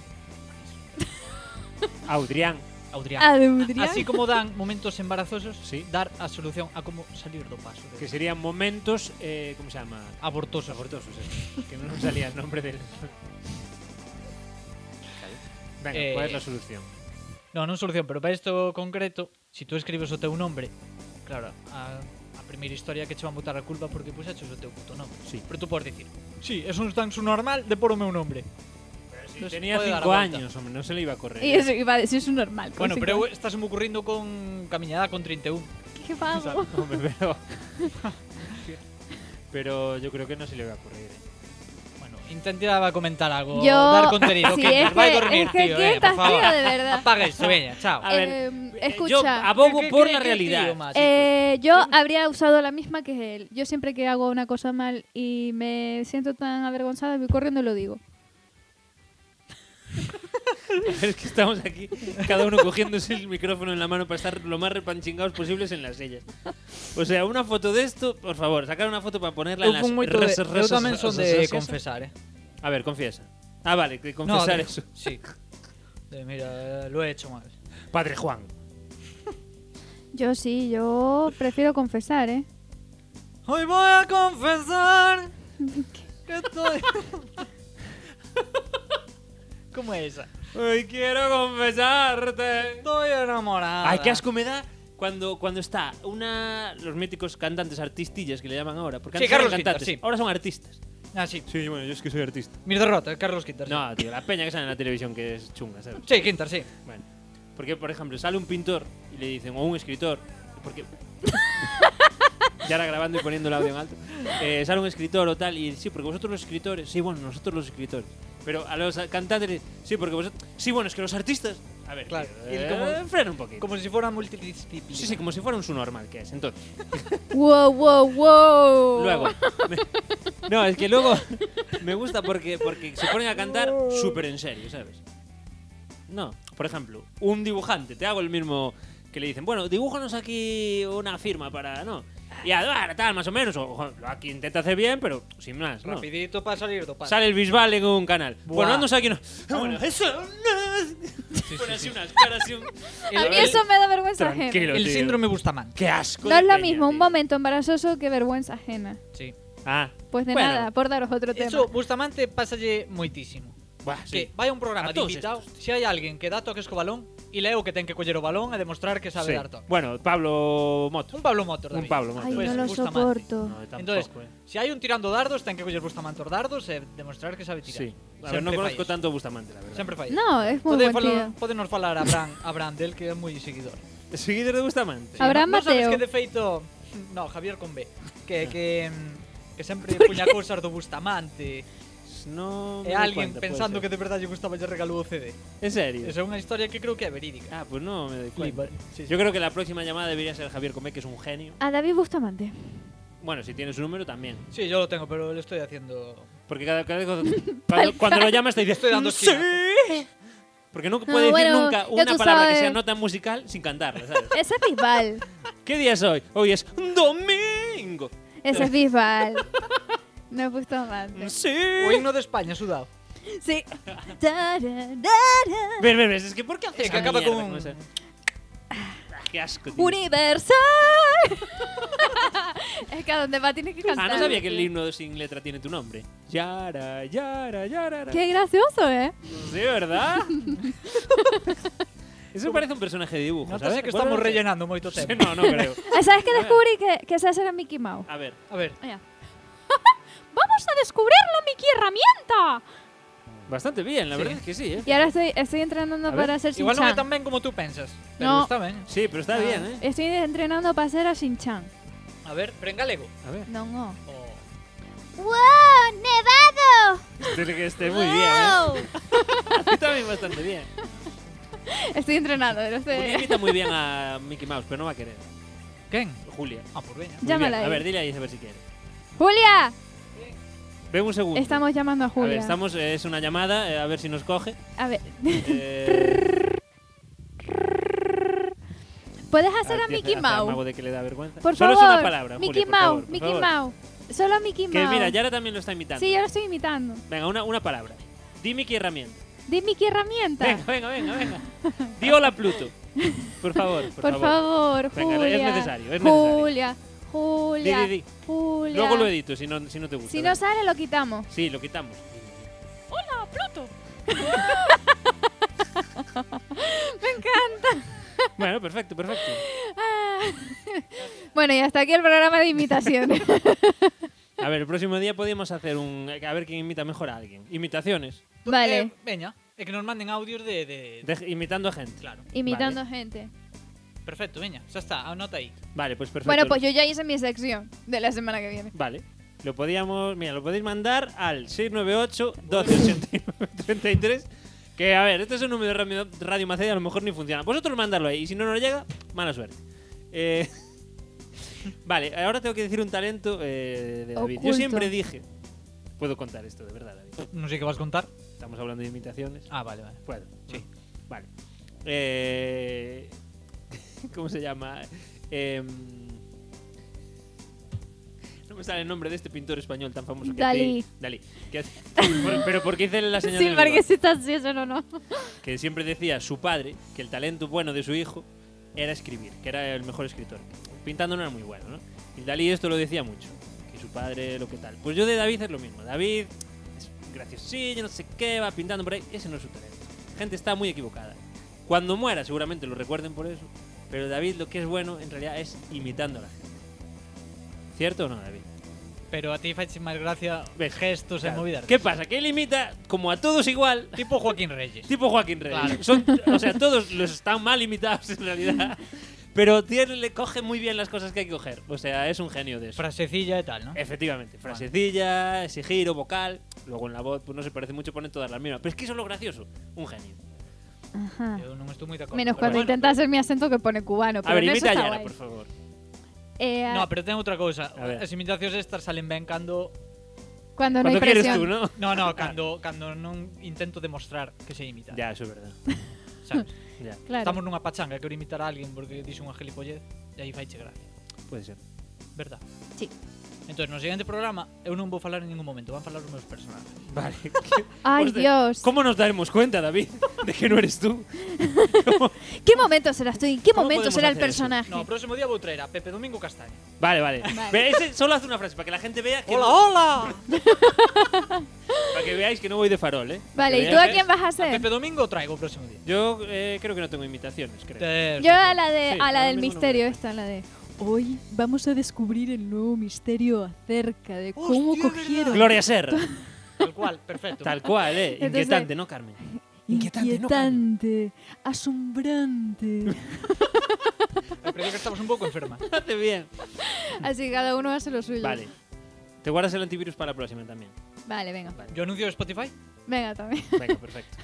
S2: Audrián.
S7: Audrián.
S6: Adrián.
S7: Así como dan momentos embarazosos,
S2: Sí.
S7: dar a solución a como salir do paso.
S2: Que serían momentos, eh, ¿cómo se llama?
S7: Abortosos.
S2: Abortosos, eso. que no nos salía el nombre del... Venga,
S7: Eh,
S2: ¿cuál es la solución?
S7: No, non solución, pero para isto concreto, se si tú escribes o teu nombre, claro, a, a primeira historia que che van botar a culpa porque puxaches o teu puto nome.
S2: Sí.
S7: Pero tú podes dicir, sí, é un tan normal de por o meu nombre. Entonces,
S2: Tenía
S7: pode dar
S2: cinco
S7: a volta.
S2: años, hombre, no se le iba a correr.
S6: Y eso iba a decir, es un normal. pues, con
S7: Bueno,
S6: cinco
S7: pero
S6: años.
S7: estás me ocurriendo con camiñada con 31.
S6: Qué vago.
S2: Hombre, pero... pero yo creo que no se le iba a correr. ¿eh?
S7: Bueno, intentaba comentar algo,
S6: Yo-
S7: dar contenido,
S6: Sí,
S7: que
S6: es
S7: nos vai
S6: que-
S7: dormir,
S6: es que
S7: tío,
S6: aquí
S7: eh, por
S6: estás,
S7: favor.
S6: tío, de verdad.
S7: Apaga iso, veña, chao.
S2: A ver,
S6: Em,
S2: eh, yo
S6: escucha.
S2: abogo
S7: ¿Qué
S2: por
S7: cree
S2: la
S7: que
S2: realidad.
S7: tío, más,
S6: Eh, yo habría usado la misma que él. Yo siempre que hago una cosa mal y me siento tan avergonzada, voy corriendo y lo digo.
S2: Es que estamos aquí, cada uno cogiéndose el micrófono en la mano para estar lo más repanchingados posibles en las sillas. O sea, una foto de esto, por favor, sacar una foto para ponerla
S7: Eu
S2: en las
S7: fun moito de,
S2: redes
S7: eu tamén son de
S2: sociales.
S7: confesar, eh.
S2: A ver, confiesa. Ah, vale, que confesar
S7: de-
S2: eso.
S7: Sí. De, mira, eh, lo he hecho mal.
S2: Padre Juan.
S6: Yo sí, yo prefiero confesar, ¿eh?
S7: Hoy voy a confesar que estoy. ¿Cómo es esa?
S2: Hoy quiero confesarte.
S7: Estoy enamorada.
S2: Ay, qué asco me da cuando, cuando está una. Los míticos cantantes artistillas que le llaman ahora. Porque
S7: Sí,
S2: antes eran
S7: Carlos Quintas,
S2: cantantes,
S7: sí.
S2: ahora son artistas.
S7: Ah, sí.
S2: Sí, bueno, yo es que soy artista.
S7: Mis derrotas, Carlos Quintar. sí.
S2: No, tío, la peña que sale en la televisión que es chunga, ¿sabes?
S7: Sí, Quintar, sí.
S2: Bueno, porque por ejemplo sale un pintor y le dicen, o un escritor, porque... ya ahora grabando y poniendo el audio en alto. Eh, sale un escritor o tal, y sí, porque vosotros los escritores, sí, bueno, nosotros los escritores. Pero a los cantantes, les- sí, porque vosotros... Sí, bueno, es que los artistas... A ver,
S7: Claro,
S2: tío,
S7: y
S2: eh,
S7: como-
S2: frena un poquito.
S7: Como si fuera multidisciplinar.
S2: Sí, sí, como si fuera un su normal que es. Entonces,
S6: wow, wow, wow.
S2: luego... me- no, es que luego me gusta porque, porque se ponen a cantar súper en serio, ¿sabes? No, por ejemplo, un dibujante, te hago el mismo que le dicen, bueno, dibújanos aquí una firma para, ¿no? Y a dar, tal, más o menos, o, o, aquí intenta hacer bien, pero sin más, ¿no?
S7: Rapidito para salir do paso.
S2: Sale el Bisbal en un canal.
S7: Buah. Ah.
S2: Bueno, andos aquí, no. Bueno, eso no. Pone así unas caras y un...
S6: A mí eso me da vergüenza ajena.
S2: Tranquilo,
S7: El
S2: tío.
S7: síndrome Bustamante.
S2: Qué asco.
S6: No
S2: de
S6: es lo
S2: peña,
S6: mismo un
S2: tío.
S6: momento embarazoso que vergüenza ajena.
S7: Sí.
S2: Ah,
S6: Pues de
S2: Bueno.
S6: nada, por daros otro tema.
S7: Eso, Bustamante, pásalle moitísimo.
S8: Buah, sí.
S7: Que vai a un programa
S8: A
S7: de
S8: todos
S7: invitado, se hai alguén que dá toques co balón, e leo que ten que coller o balón e demostrar que
S2: Sí.
S7: sabe dar toques.
S2: Bueno, Pablo Moto.
S7: Un Pablo Motor,
S2: Un
S7: David.
S2: Pablo Moto.
S6: Ay,
S7: Pues,
S6: no lo
S7: Bustamante.
S6: soporto.
S2: No, tampoco,
S7: Entonces,
S2: eh.
S7: Se hai un tirando dardos, ten que coller Bustamante os dardos e demostrar que sabe
S2: Sí.
S7: tirar.
S2: A ver, no
S7: Sempre
S2: conozco
S7: fai
S2: tanto a Bustamante, la
S7: eso.
S2: verdad.
S7: Sempre fai.
S6: No, es muy
S7: Pode
S6: buen
S7: falar-
S6: tío.
S7: Podenos falar a Bran, a Bran del que é moi seguidor.
S2: Seguidor de Bustamante.
S6: A Abraham
S7: no, no
S6: Mateo.
S7: sabes que de feito, no, Javier con B, que que mm, que sempre puña cousas do Bustamante
S2: No me
S7: e
S2: doy cuenta,
S7: alguén
S2: puede
S7: pensando que
S2: ser.
S7: de verdade lle gustaba lle regalou o CD.
S2: En serio.
S7: Esa é unha historia que creo que é verídica.
S2: Ah, pues no me doy cuenta.
S7: Sí, sí.
S2: Yo creo que la próxima llamada debería ser Javier Comé, que es un genio.
S6: A David Bustamante.
S2: Bueno, si tiene su número también.
S7: Sí, yo lo tengo, pero lo estoy haciendo.
S2: Porque cada, cada vez cuando, cuando, cuando lo llamas te dice
S7: Estoy dando
S2: "Sí". Porque no puede decir
S6: bueno,
S2: nunca
S6: ya
S2: una
S6: tú
S2: palabra que sea
S6: sabes.
S2: nota musical sin cantarla, ¿sabes?
S6: Ese es Bisbal.
S2: ¿Qué día es hoy? Hoy es domingo.
S6: Ese es Bisbal. No es Bustamante.
S2: Sí.
S7: O himno de España sudado.
S6: Sí. Tararara.
S2: Ver, ver, ver, es que ¿por qué haces
S7: Eh, que
S2: esa
S7: acaba
S2: mierda
S7: con un-
S2: esa? Qué asco, tío.
S6: Universal. es que a donde va tienes que cantar.
S2: Ah, no sabía que el himno sin letra tiene tu nombre. Yara, yara, yara.
S6: Qué gracioso, ¿eh?
S2: Sí, ¿verdad? Eso parece un personaje de dibujo,
S7: No
S2: ¿sabes?
S7: sé que estamos
S2: Vuelve a-
S7: rellenando moito
S2: Sí,
S7: tempo.
S2: No, no creo.
S6: Ah, ¿Sabes qué
S2: A ver. Ah.
S6: descubrí? Que, que ese era Mickey Mouse.
S2: A ver,
S7: A ver,
S6: Allá. ¡Vamos a descubrir la Mickey herramienta!
S2: bastante bien, la
S7: Sí.
S2: verdad es que sí, ¿eh?
S6: Y ahora estoy, estoy entrenando
S2: A ver.
S6: para hacer
S7: igual non é
S6: Shin-Chan.
S7: tan ben como tú pensas,
S6: No.
S7: pero está ben.
S2: Sí, pero está bien, ¿eh?
S6: Estoy entrenando para hacer a Shin-Chan.
S7: A ver, pero en galego.
S2: A ver.
S6: No, no.
S7: Oh.
S6: ¡Wow! ¡Nevado!
S2: Tiene que esté muy bien, ¿eh? Tú también bastante bien.
S6: Estoy entrenando, lo
S2: Julia
S6: sé.
S2: invita muy bien a Mickey Mouse, pero no va a querer.
S7: Quen?
S2: Julia.
S7: Ah, por veña.
S2: Muy
S6: Llámala
S2: bien. A
S6: ahí.
S2: ver, dile ahí a ver si quiere.
S6: ¡Julia!
S2: Ve un segundo.
S6: Estamos llamando a
S2: A ver,
S6: Julia.
S2: estamos, eh, es una llamada, eh, a ver si nos coge.
S6: A ver,
S2: Eh,
S6: ¿puedes hacer a
S2: hace-
S6: Mickey
S2: hace al mago
S6: Mouse?
S2: de que le da vergüenza.
S6: Por
S2: Solo
S6: favor.
S2: es una palabra, Julia,
S6: Mickey
S2: por favor,
S6: Mouse,
S2: por
S6: Mickey
S2: favor.
S6: Mouse. Solo Mickey
S2: Que
S6: Mouse.
S2: mira, Yara también lo está imitando.
S6: Sí, yo lo estoy imitando.
S2: Venga, una, una palabra. Di Mickey herramienta.
S6: Di Mickey herramienta.
S2: Venga, venga, venga, venga. Di hola Pluto. Por favor, por,
S6: por, favor,
S2: Venga, es
S6: Julia.
S2: necesario, es necesario.
S6: Julia, Julia,
S2: Di, di, di.
S6: Julia.
S2: Luego lo edito si no, si no te gusta.
S6: Si
S2: Venga.
S6: no sale, lo quitamos.
S2: Sí, lo quitamos. Bueno, perfecto, perfecto.
S6: Bueno, y hasta aquí el programa de imitaciones.
S2: A ver, el próximo día podemos hacer un. A ver quién imita mejor a alguien. Imitaciones.
S6: vale,
S7: Eh, veña, é que nos manden audios de... de...
S2: De- imitando a gente.
S7: Claro.
S6: imitando gente.
S7: Perfecto, veña. Xa está, anota aí.
S2: Vale, pues perfecto.
S6: Bueno, pues yo ya hice mi sección de la semana que viene.
S2: Vale. Lo podíamos. Mira, lo podéis mandar al 698 1289 33. Que a ver, este es un número de Radio, radio Maceda, a lo mejor ni funciona. Vosotros mandarlo ahí, y si no nos llega, mala suerte. Eh, vale, ahora tengo que decir un talento eh, de David. Yo
S6: Oculto.
S2: siempre dije. Puedo contar esto, de verdad, David.
S7: Non sei que vas contar.
S2: Estamos hablando de imitaciones.
S7: Ah, vale, vale.
S2: Puedo.
S7: Sí.
S2: Mm. Vale. Eh, ¿Cómo se llama? Em, no me sale el nombre de este pintor español tan famoso que
S6: Dalí.
S2: hace- Dalí. Que hace- pero porque hice la señal
S6: Sí,
S2: del
S6: porque
S2: bar,
S6: si estás así, eso no, no.
S2: que siempre decía su padre que el talento bueno de su hijo era escribir, que era el mejor escritor. Pintando no era muy bueno, ¿no? Y Dalí esto lo decía mucho, que su padre lo que tal. Pues yo de David es lo mismo. David es graciosillo, no sé qué, va pintando por ahí. Ese no es su talento. La gente está muy equivocada. Cuando muera seguramente lo recuerden por eso, pero David lo que es bueno en realidad es imitando a la gente. ¿Cierto o no, David?
S7: Pero a ti faches máis gracia
S2: Ves,
S7: gestos
S2: Claro.
S7: e movidas.
S2: ¿Qué pasa? Que él imita como a todos igual,
S7: Tipo Joaquín Reyes.
S2: Tipo Joaquín Reyes.
S7: Claro.
S2: Son, o sea, todos los están mal imitados en realidad. Pero tiene, le coge muy bien las cosas que hay que coger. O sea, es un genio de eso.
S7: Frasecilla e tal, ¿no?
S2: Eh. Efectivamente. Frasecilla, ese giro, vocal. Luego en la voz, pues no se parece mucho, ponen todas las mismas. Pero es que eso es lo gracioso. Un genio.
S6: Ajá.
S7: Ah. Eu non estou moi de acordo.
S6: Menos
S7: pero
S6: cuando
S7: bueno.
S6: intenta hacer mi acento que pone
S2: A
S6: cubano. pero
S2: ver,
S6: en eso
S2: imita a
S6: está
S2: Yara,
S6: guay.
S2: por favor.
S6: Eh,
S7: No, pero ten outra cousa.
S2: A ver.
S7: As imitacións estas salen ben cando...
S6: cuando no hay
S2: Cuando quieres
S6: presión.
S2: tú, ¿no?
S7: No, no, cando, cando non intento demostrar que se imita.
S2: Ya, eso es verdad.
S7: Sabes?
S2: Ya,
S6: Claro.
S7: Estamos nunha pachanga que imitar a alguén porque dixo unha gilipollez e aí faiche gracia.
S2: puede ser.
S7: Verdad?
S6: Sí.
S7: Entón, no siguiente programa eu non vou falar en ningún momento, van falar os meus personajes.
S2: Vale.
S6: Ay,
S2: Hostia,
S6: Dios.
S2: ¿Cómo nos daremos cuenta, David, de que no eres tú?
S6: ¿Qué momento serás tú? ¿En qué
S2: ¿Cómo
S6: momento
S2: podemos
S6: será el
S2: hacer eso?
S6: personaje?
S7: No, o próximo día vou traer a Pepe Domingo Castaña.
S2: Vale, vale.
S6: Vale.
S2: Ve, ese- solo haz una frase para que la gente vea que.
S7: Hola, hola!
S2: para Para que veáis que no voy de farol, ¿eh?
S6: Vale,
S2: Que
S6: ¿y tú
S2: veáis-
S6: a quién vas a
S7: A
S6: hacer?
S7: Pepe Domingo traigo el próximo día.
S2: Yo eh, creo que no tengo imitaciones, creo.
S7: Perfecto.
S6: Yo a la, de,
S2: Sí,
S6: a la
S2: ahora
S6: del
S2: mismo no me
S6: misterio
S2: acuerdo.
S6: esta, la de... Hoy vamos a descubrir el nuevo misterio acerca de cómo
S7: Hostia,
S6: cogieron...
S2: Gloria Serra.
S7: Tal cual, perfecto.
S2: Tal cual, ¿eh?
S6: Entonces-
S2: Inquietante, ¿no, Carmen?
S6: Inquietante, asombrante.
S7: Aprendí que estamos un poco enfermas.
S2: Hace bien.
S6: Así que cada uno hace lo suyo.
S2: Vale. Te guardas el antivirus para la próxima también.
S6: Vale, venga.
S7: Yo anuncio Spotify.
S6: Venga también.
S2: Venga, perfecto.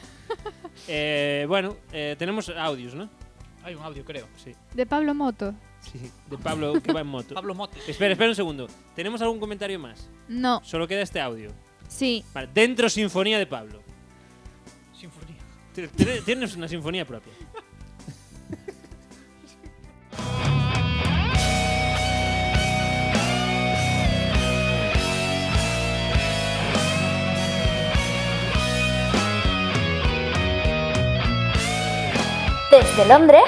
S2: Eh, bueno, eh, tenemos audios, ¿no?
S7: Hay un audio, creo.
S2: Sí.
S6: De Pablo Moto.
S2: Sí. De Pablo que va en moto.
S7: Pablo Motes.
S2: Espera, espera un segundo. ¿Tenemos algún comentario más?
S6: No,
S2: Solo queda este audio.
S6: sí.
S2: Vale, dentro sinfonía de Pablo.
S7: Sinfonía.
S2: T- t- Tienes una sinfonía propia.
S8: Desde Londres,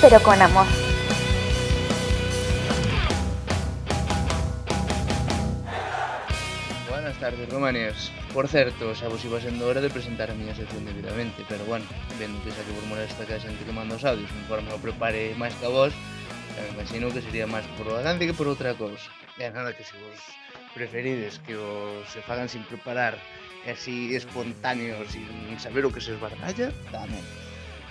S8: pero con amor.
S9: Buenas tardes, romanes. Por certo, xa vos iba sendo hora de presentar a miña sección debidamente, pero bueno, vendo que xa que vos molesta que a xente que manda os audios conforme o prepare máis que a vos, xa me imagino que sería máis por vagancia que por outra cousa. E nada, que se vos preferides que o se fagan sin preparar e así espontáneos, sin saber o que se esbardalla, dame.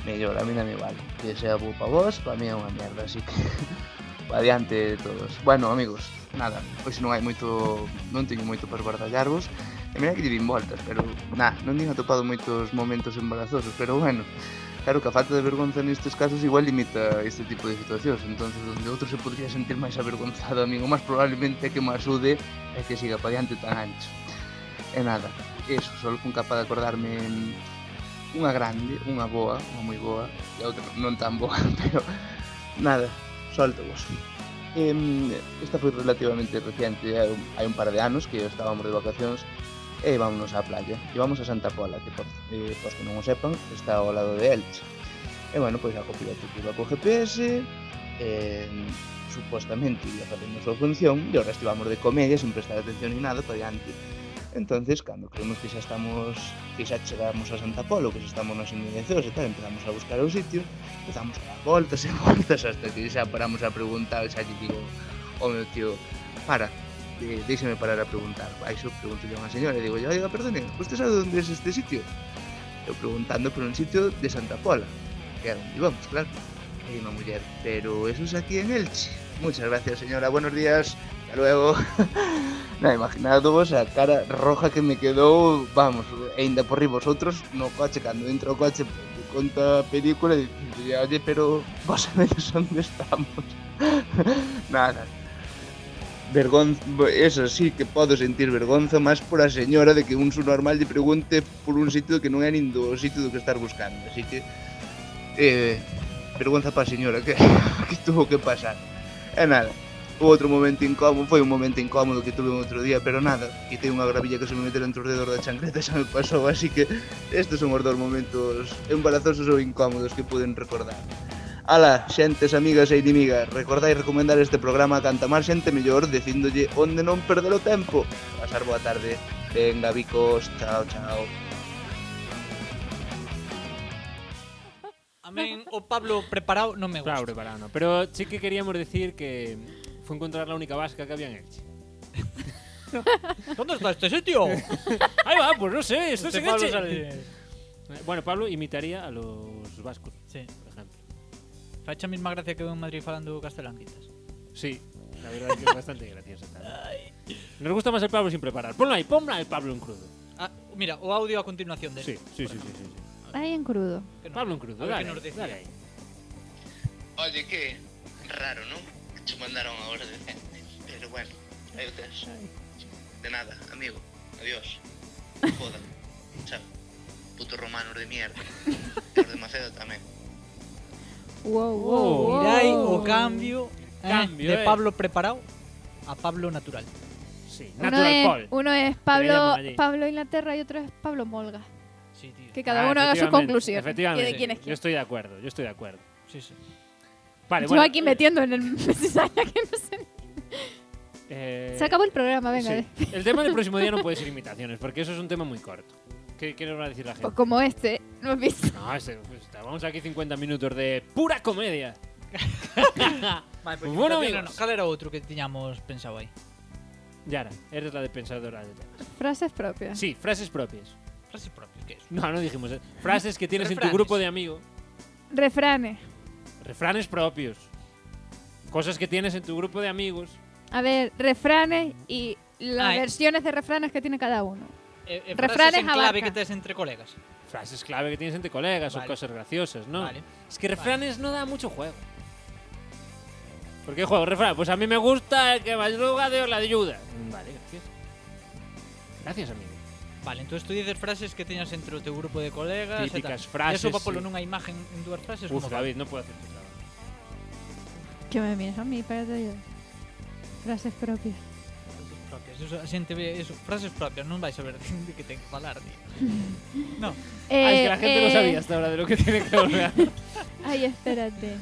S9: Mellor, a mí non me vale. Que sea bo pa vos, pa mí é unha merda, así que pa diante de todos. Bueno, amigos, nada, pois non hai moito, non teño moito para bardallarvos. E mira que lle vin voltas, pero nada, non din atopado moitos momentos embarazosos, pero bueno, claro que a falta de vergonza nestes casos igual limita este tipo de situacións, entonces onde outro se podría sentir máis avergonzado, amigo, máis probablemente é que me asude e que siga pa diante tan ancho. E nada, eso, solo fun capaz de acordarme unha grande, unha boa, unha moi boa, e a outra non tan boa, pero nada, solto-vos. Em, esta foi relativamente reciente, hai un, hai un par de anos que estábamos de vacacións e vámonos á playa. E vamos a Santa Pola, que por, eh, pos que non o sepan, está ao lado de Elche. E bueno, pois a copiloto que iba co GPS, eh, supostamente iba facendo a súa función, e ahora estivamos de comedia, sen prestar atención ni nada, para diante. Entonces, cando creemos que xa estamos, que xa chegamos a Santa Pola, que xa estamos nas inmediacións e tal, empezamos a buscar o sitio, empezamos a dar voltas e voltas hasta que xa paramos a preguntar, xa lle digo ao meu tío, para, eh, déixeme parar a preguntar. A iso pregunto a unha señora e digo, yo, oiga, perdone, usted sabe onde é este sitio? Eu preguntando por un sitio de Santa Pola, que é onde vamos, claro. E unha muller, pero eso es aquí en Elche. Muchas gracias, señora, buenos días, hasta luego. Na, imaginadovos a cara roja que me quedou, vamos, ainda por riba os outros no coche, cando entro ao coche de conta a película e dicía, oye, pero vos sabedes onde estamos. Nada. Vergonza, eso sí que podo sentir vergonza máis por a señora de que un su normal lle pregunte por un sitio que non é nin do sitio do que estar buscando, así que eh, vergonza pa señora que, que tuvo que pasar. E nada, Hubo outro momento incómodo, foi un momento incómodo que tuve un outro día, pero nada, quitei unha gravilla que se me meteu entre os dedos da chancleta e xa me pasou, así que estes son os dos momentos embarazosos ou incómodos que poden recordar. Ala, xentes, amigas e inimigas, recordai recomendar este programa a canta máis xente mellor, dicíndolle onde non perder o tempo. Pasar boa tarde. Venga, bicos, chao, chao.
S7: Amén. O Pablo preparado no me gusta.
S2: Claro, preparado, no. Pero sí que queríamos decir que fue encontrar la única vasca que había en Elche.
S7: ¿Dónde está este sitio?
S2: Ahí va, pues no sé, esto es en
S7: Este Pablo
S2: Elche.
S7: sale-
S2: Eh, Bueno, Pablo imitaría a los vascos,
S7: Sí.
S2: por ejemplo.
S7: Facha misma gracia que veo en Madrid falando castellanquitas.
S2: Sí, la verdad es que es bastante gracioso también. Nos gusta más el Pablo sin preparar. Ponlo ahí, ponlo ahí, Pablo en crudo.
S7: Ah, mira, o audio a continuación de
S2: Sí,
S7: esto,
S2: sí, sí, sí,
S7: por
S2: sí,
S7: ejemplo.
S2: sí.
S6: Ahí en crudo.
S7: Que no-
S2: Pablo en
S7: a
S2: crudo,
S7: ver
S2: dale,
S7: qué nos
S2: ahí,
S7: decía.
S2: dale ahí.
S9: Oye, que raro, ¿no? Te mandaron a hora decente. Pero bueno, ahí ustedes. De nada, amigo. Adiós. Joda. Chao. Puto romano de mierda. Y Los de Macedo también.
S2: Oh,
S6: Wow,
S2: wow, wow.
S7: Mirai o cambio,
S2: Oh.
S7: eh,
S2: Cambio,
S7: de
S2: eh.
S7: Pablo preparado a Pablo natural.
S2: Sí,
S6: Uno
S2: Natural
S6: es,
S2: Paul.
S6: uno es
S2: Que le
S6: Pablo,
S2: llaman allí.
S6: Pablo Inglaterra y otro es Pablo Molga.
S7: Sí, tío.
S6: Que cada
S2: Ah,
S6: uno haga su
S2: efectivamente,
S6: conclusión.
S2: Efectivamente.
S6: Y de quién es
S2: Yo
S6: quién.
S2: estoy de acuerdo, yo estoy de acuerdo.
S7: Sí, sí.
S2: Vale,
S6: Yo
S2: bueno.
S6: aquí metiendo en el cizaña que no sé.
S2: eh,
S6: Se acabó el programa, venga.
S2: Sí.
S6: de-
S2: El tema del próximo día no puede ser imitaciones, porque eso es un tema muy corto. ¿Qué, qué nos va a decir la gente?
S6: Como este, ¿no has visto?
S2: No, este- estábamos aquí 50 minutos de pura comedia.
S7: Vale,
S2: Pues bueno,
S7: imitación,
S2: amigos.
S7: no, Cal era outro que tiñamos pensado aí?
S2: Yara, eres la de pensadora de temas.
S6: Frases propias.
S2: Sí, frases propias.
S7: Frases propias, que es?
S2: No, no dijimos. eh. Frases que tienes en
S7: Refranes.
S2: tu grupo de amigos.
S6: Refranes.
S2: Refranes propios. Cosas que tienes en tu grupo de amigos.
S6: A ver, refranes y las
S7: Ay.
S6: versiones de refranes que tiene cada uno.
S7: Eh, eh,
S6: Refranes
S7: frases en clave
S6: abarca.
S7: que tes entre colegas.
S2: Frases clave que tienes entre colegas
S7: Vale.
S2: o cosas graciosas, ¿no?
S7: Vale.
S2: Es que refranes no da mucho juego. ¿Por qué juego refrán? Pues a mí me gusta el que madruga Dios la ayuda.
S7: Mm,
S2: Vale, gracias. Gracias, amigo.
S7: Vale, entón tú dices frases que teñas entre o teu grupo de colegas e
S2: Típicas
S7: tal.
S2: frases,
S7: E eso va polo
S2: sí.
S7: nunha imagen en dúas frases
S2: Uf,
S7: como
S2: David, no puedo hacer tu trabajo.
S6: Que me miras a mí, espérate yo. Frases propias.
S7: frases propias. Eso, a xente ve eso, frases propias, non vais a ver de que ten que falar, tío. no,
S2: Ah, es
S6: Eh,
S2: que la gente no
S6: eh,
S2: sabía hasta ahora de lo que tiene que hablar.
S6: Ay, espérate.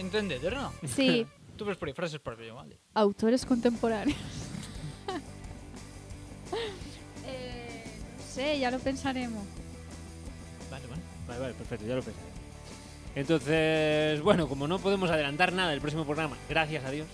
S7: entendedes, non?
S6: Sí,
S7: Tú ves por aí frases propias, yo, vale.
S6: autores contemporáneos. Eh, no sé, ya lo pensaremos.
S7: Vale, vale.
S2: Vale, vale, perfecto, ya lo pensé. Entonces, bueno, como no podemos adelantar nada del próximo programa, gracias a Dios,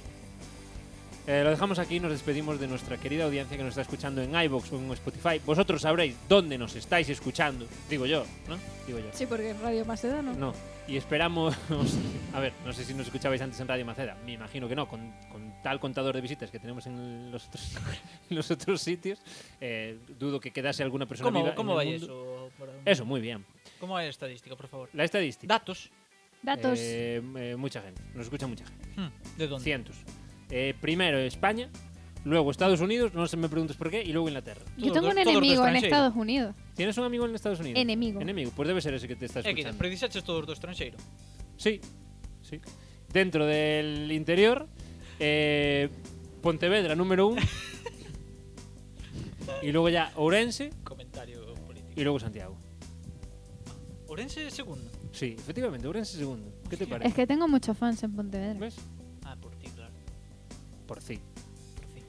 S2: eh, lo dejamos aquí y nos despedimos de nuestra querida audiencia que nos está escuchando en iBox o en Spotify. Vosotros sabréis dónde nos estáis escuchando, digo yo, ¿no? Digo yo.
S6: Sí, porque en Radio Maceda no.
S2: No, y esperamos. A ver, no sé si nos escuchabais antes en Radio Maceda, me imagino que no, con, con tal contador de visitas que tenemos en los otros, en los otros sitios, eh, dudo que quedase alguna persona
S7: Como
S2: viva. en
S7: como
S2: el
S7: vai
S2: mundo.
S7: eso? por un-
S2: Eso, muy bien.
S7: Como vai a estadística, por favor?
S2: La estadística.
S7: Datos.
S6: Datos.
S2: Eh, eh, mucha gente, nos escucha mucha gente.
S7: Hmm, de donde?
S2: Cientos. Eh, primero España, luego Estados Unidos, no se me preguntes por qué, y luego Inglaterra.
S6: yo
S7: todos
S6: tengo
S7: los-
S6: un
S7: todos los
S6: enemigo en
S7: extranjeros.
S6: Estados Unidos.
S2: ¿Tienes un amigo en Estados Unidos?
S6: Enemigo.
S2: Enemigo, pues debe ser ese que te está
S7: É Eh, que
S2: escuchando.
S7: predisaches todos do estranxeiro.
S2: Sí, sí. Dentro del interior, eh, Pontevedra número uno. y luego ya Ourense
S7: Comentario político.
S2: y luego Santiago.
S7: Orense segundo.
S2: Sí, efectivamente, Ourense segundo. ¿Qué te
S7: Hostia.
S2: parece?
S6: Es que tengo muchos fans en Pontevedra.
S2: ¿Ves?
S7: Ah, por ti, claro.
S2: Por sí.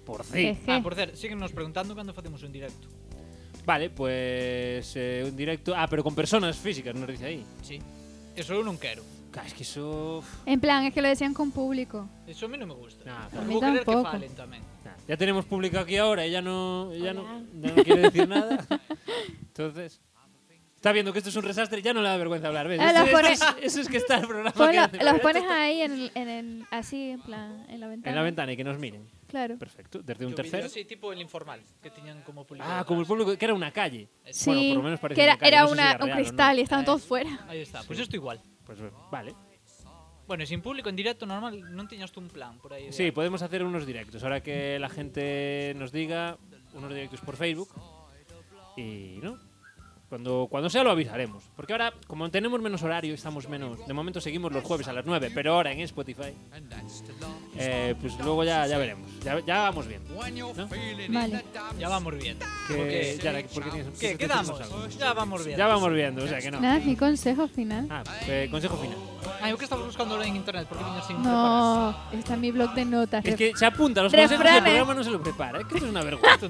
S7: Por fin.
S2: Por
S6: Es
S2: sí.
S6: que-
S7: Ah, por certo, síguenos preguntando cando facemos un directo.
S2: Vale, pues eh, un directo. Ah, pero con personas físicas, nos dice ahí.
S7: Sí. Eso eu non quero.
S2: Ca, Es que eso.
S6: En plan, es que lo decían con público.
S2: Ah,
S7: Eso a mí non me gusta.
S2: Nah,
S7: Porque
S6: a mí
S7: vou querer que
S6: tampouco.
S7: falen tamén.
S2: Nah, Ya tenemos público aquí ahora, ella no, ella no,
S6: Hola.
S2: ya no quiere decir nada. Entonces, está viendo que esto es un desastre y ya no le da vergüenza hablar. ¿ves?
S6: Ah,
S2: Eso-
S6: los
S2: eso,
S6: pone-
S2: es, eso es que está el programa.
S6: Pon
S2: que
S6: lo-
S2: hace, pero
S6: los
S2: esto
S6: pones
S2: está-
S6: ahí en, el- en el- así, en plan, en la ventana.
S2: en la ventana y que nos miren.
S6: Claro.
S2: Perfecto, desde un
S7: Yo vi
S2: tercero.
S7: así, tipo el informal, que tiñan como público.
S2: Ah,
S7: detrás.
S2: como el público, que era una calle.
S6: Sí,
S2: eh, Bueno, por lo menos parece
S6: que era,
S2: una calle,
S6: era
S2: no sé si
S6: una-
S2: era
S6: un
S2: real o no. Ah,
S6: cristal y estaban
S7: Eh.
S6: todos fuera.
S7: Aí está, pois isto igual.
S2: Pues vale.
S7: Bueno, e sin público en directo normal non tiñas tú un plan por aí. de
S2: Sí, pues,
S7: algo.
S2: podemos hacer unos directos. Ahora que la gente nos diga, unos directos por Facebook. Y no. Cuando, cuando sea lo avisaremos. Porque ahora, como tenemos menos horario, estamos menos. De momento seguimos los jueves a las 9, pero ahora en Spotify. eh, pues luego ya, ya veremos. Ya, ya vamos bien. ¿no?
S6: Vale.
S7: Ya vamos bien.
S2: Que, ya, ¿por qué tienes- tienes
S7: Que quedamos?
S2: algo?
S7: Ya vamos bien.
S2: Ya vamos viendo, o sea que no.
S6: Nada, mi consejo final.
S2: Ah, eh, consejo final.
S7: Ah, eu que estaba buscando ahora en internet, porque tiñas sin preparar.
S6: No, está en mi blog de notas.
S2: Es que se apunta a los
S6: Refranes.
S2: consejos y el programa no se lo prepara. Es que esto es una vergüenza.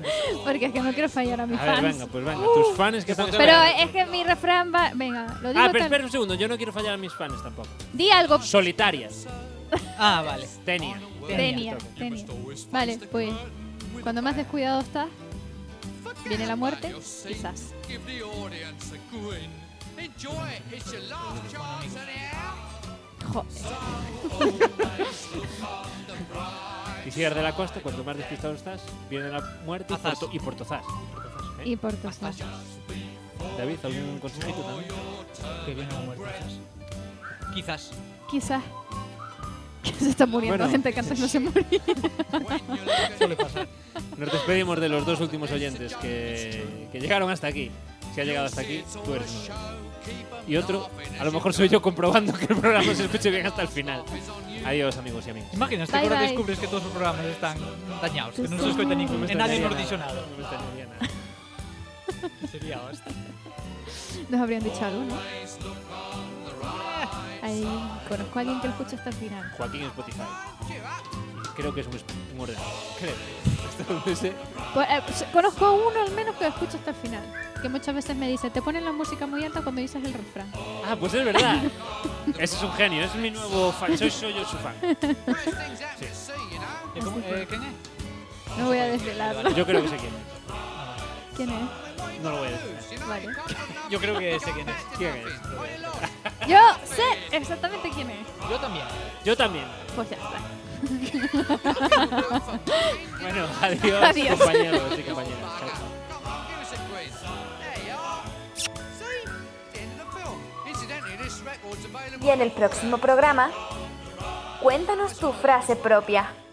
S6: Porque es que no quiero fallar a mis
S2: A ver,
S6: fans.
S2: venga, pues venga. Tus fans que están
S6: Pero es que mi refrán va. Venga, lo digo
S2: Ah, pero
S6: tal-
S2: espera un segundo, yo no quiero fallar a mis fans tampoco.
S6: Di algo.
S2: Solitarias.
S7: Ah, vale.
S2: Tenia.
S6: Tenia, tenia. Vale, pues. Cuando más descuidado estás, viene la muerte, quizás. Joder.
S2: Y si eres de la costa, cuanto más despistado estás, viene la muerte y
S7: Azaz.
S2: porto- y portozás. ¿Eh?
S6: Y por tus
S7: Hasta
S2: David, ¿algún consejito también?
S7: que viene a muerte. Quizás.
S6: Quizás. Que se está muriendo
S2: Bueno.
S6: gente que antes no se moría.
S7: Suele pasar.
S2: Nos despedimos de los dos últimos oyentes que, que llegaron hasta aquí. Si ha llegado hasta aquí, tú eres uno. de ellos. Y otro, a lo mejor soy yo comprobando que el programa se escuche bien hasta el final. Adiós, amigos y amigas.
S7: Imaginas que
S6: Bye,
S7: agora
S6: bye.
S7: descubres que todos os programas están dañados, que non se escoita ningún, e nadie nos dixo nada.
S2: No me extrañaría nada.
S7: Sería hostia.
S6: Nos habrían dicho algo, ¿no? Ahí conozco a alguien que lo escucha hasta el final.
S2: Joaquín Spotify. creo que es un, es- un ordenador. Creo. Hasta donde sé.
S6: Pues, eh, s- conozco a uno al menos que lo escucho hasta el final. Que muchas veces me dice, te ponen la música muy alta cuando dices el refrán.
S2: Ah, pues es verdad. Ese es un genio, es mi nuevo fan. Soy, soy yo su fan.
S7: Eh, ¿cómo- eh, ¿Quién es?
S6: No voy a desvelarlo.
S2: Yo creo que sé quién
S6: ¿Quién es?
S2: es. No lo voy a decir.
S6: Vale.
S7: Yo creo que sé quién es.
S2: ¿Quién es?
S6: Yo sé exactamente quién es.
S7: Yo también.
S2: Yo también.
S6: Pues ya está.
S2: Bueno, adiós,
S6: Adiós.
S2: compañeros y compañeras. Chao, chao.
S8: Y en el próximo programa, cuéntanos tu frase propia.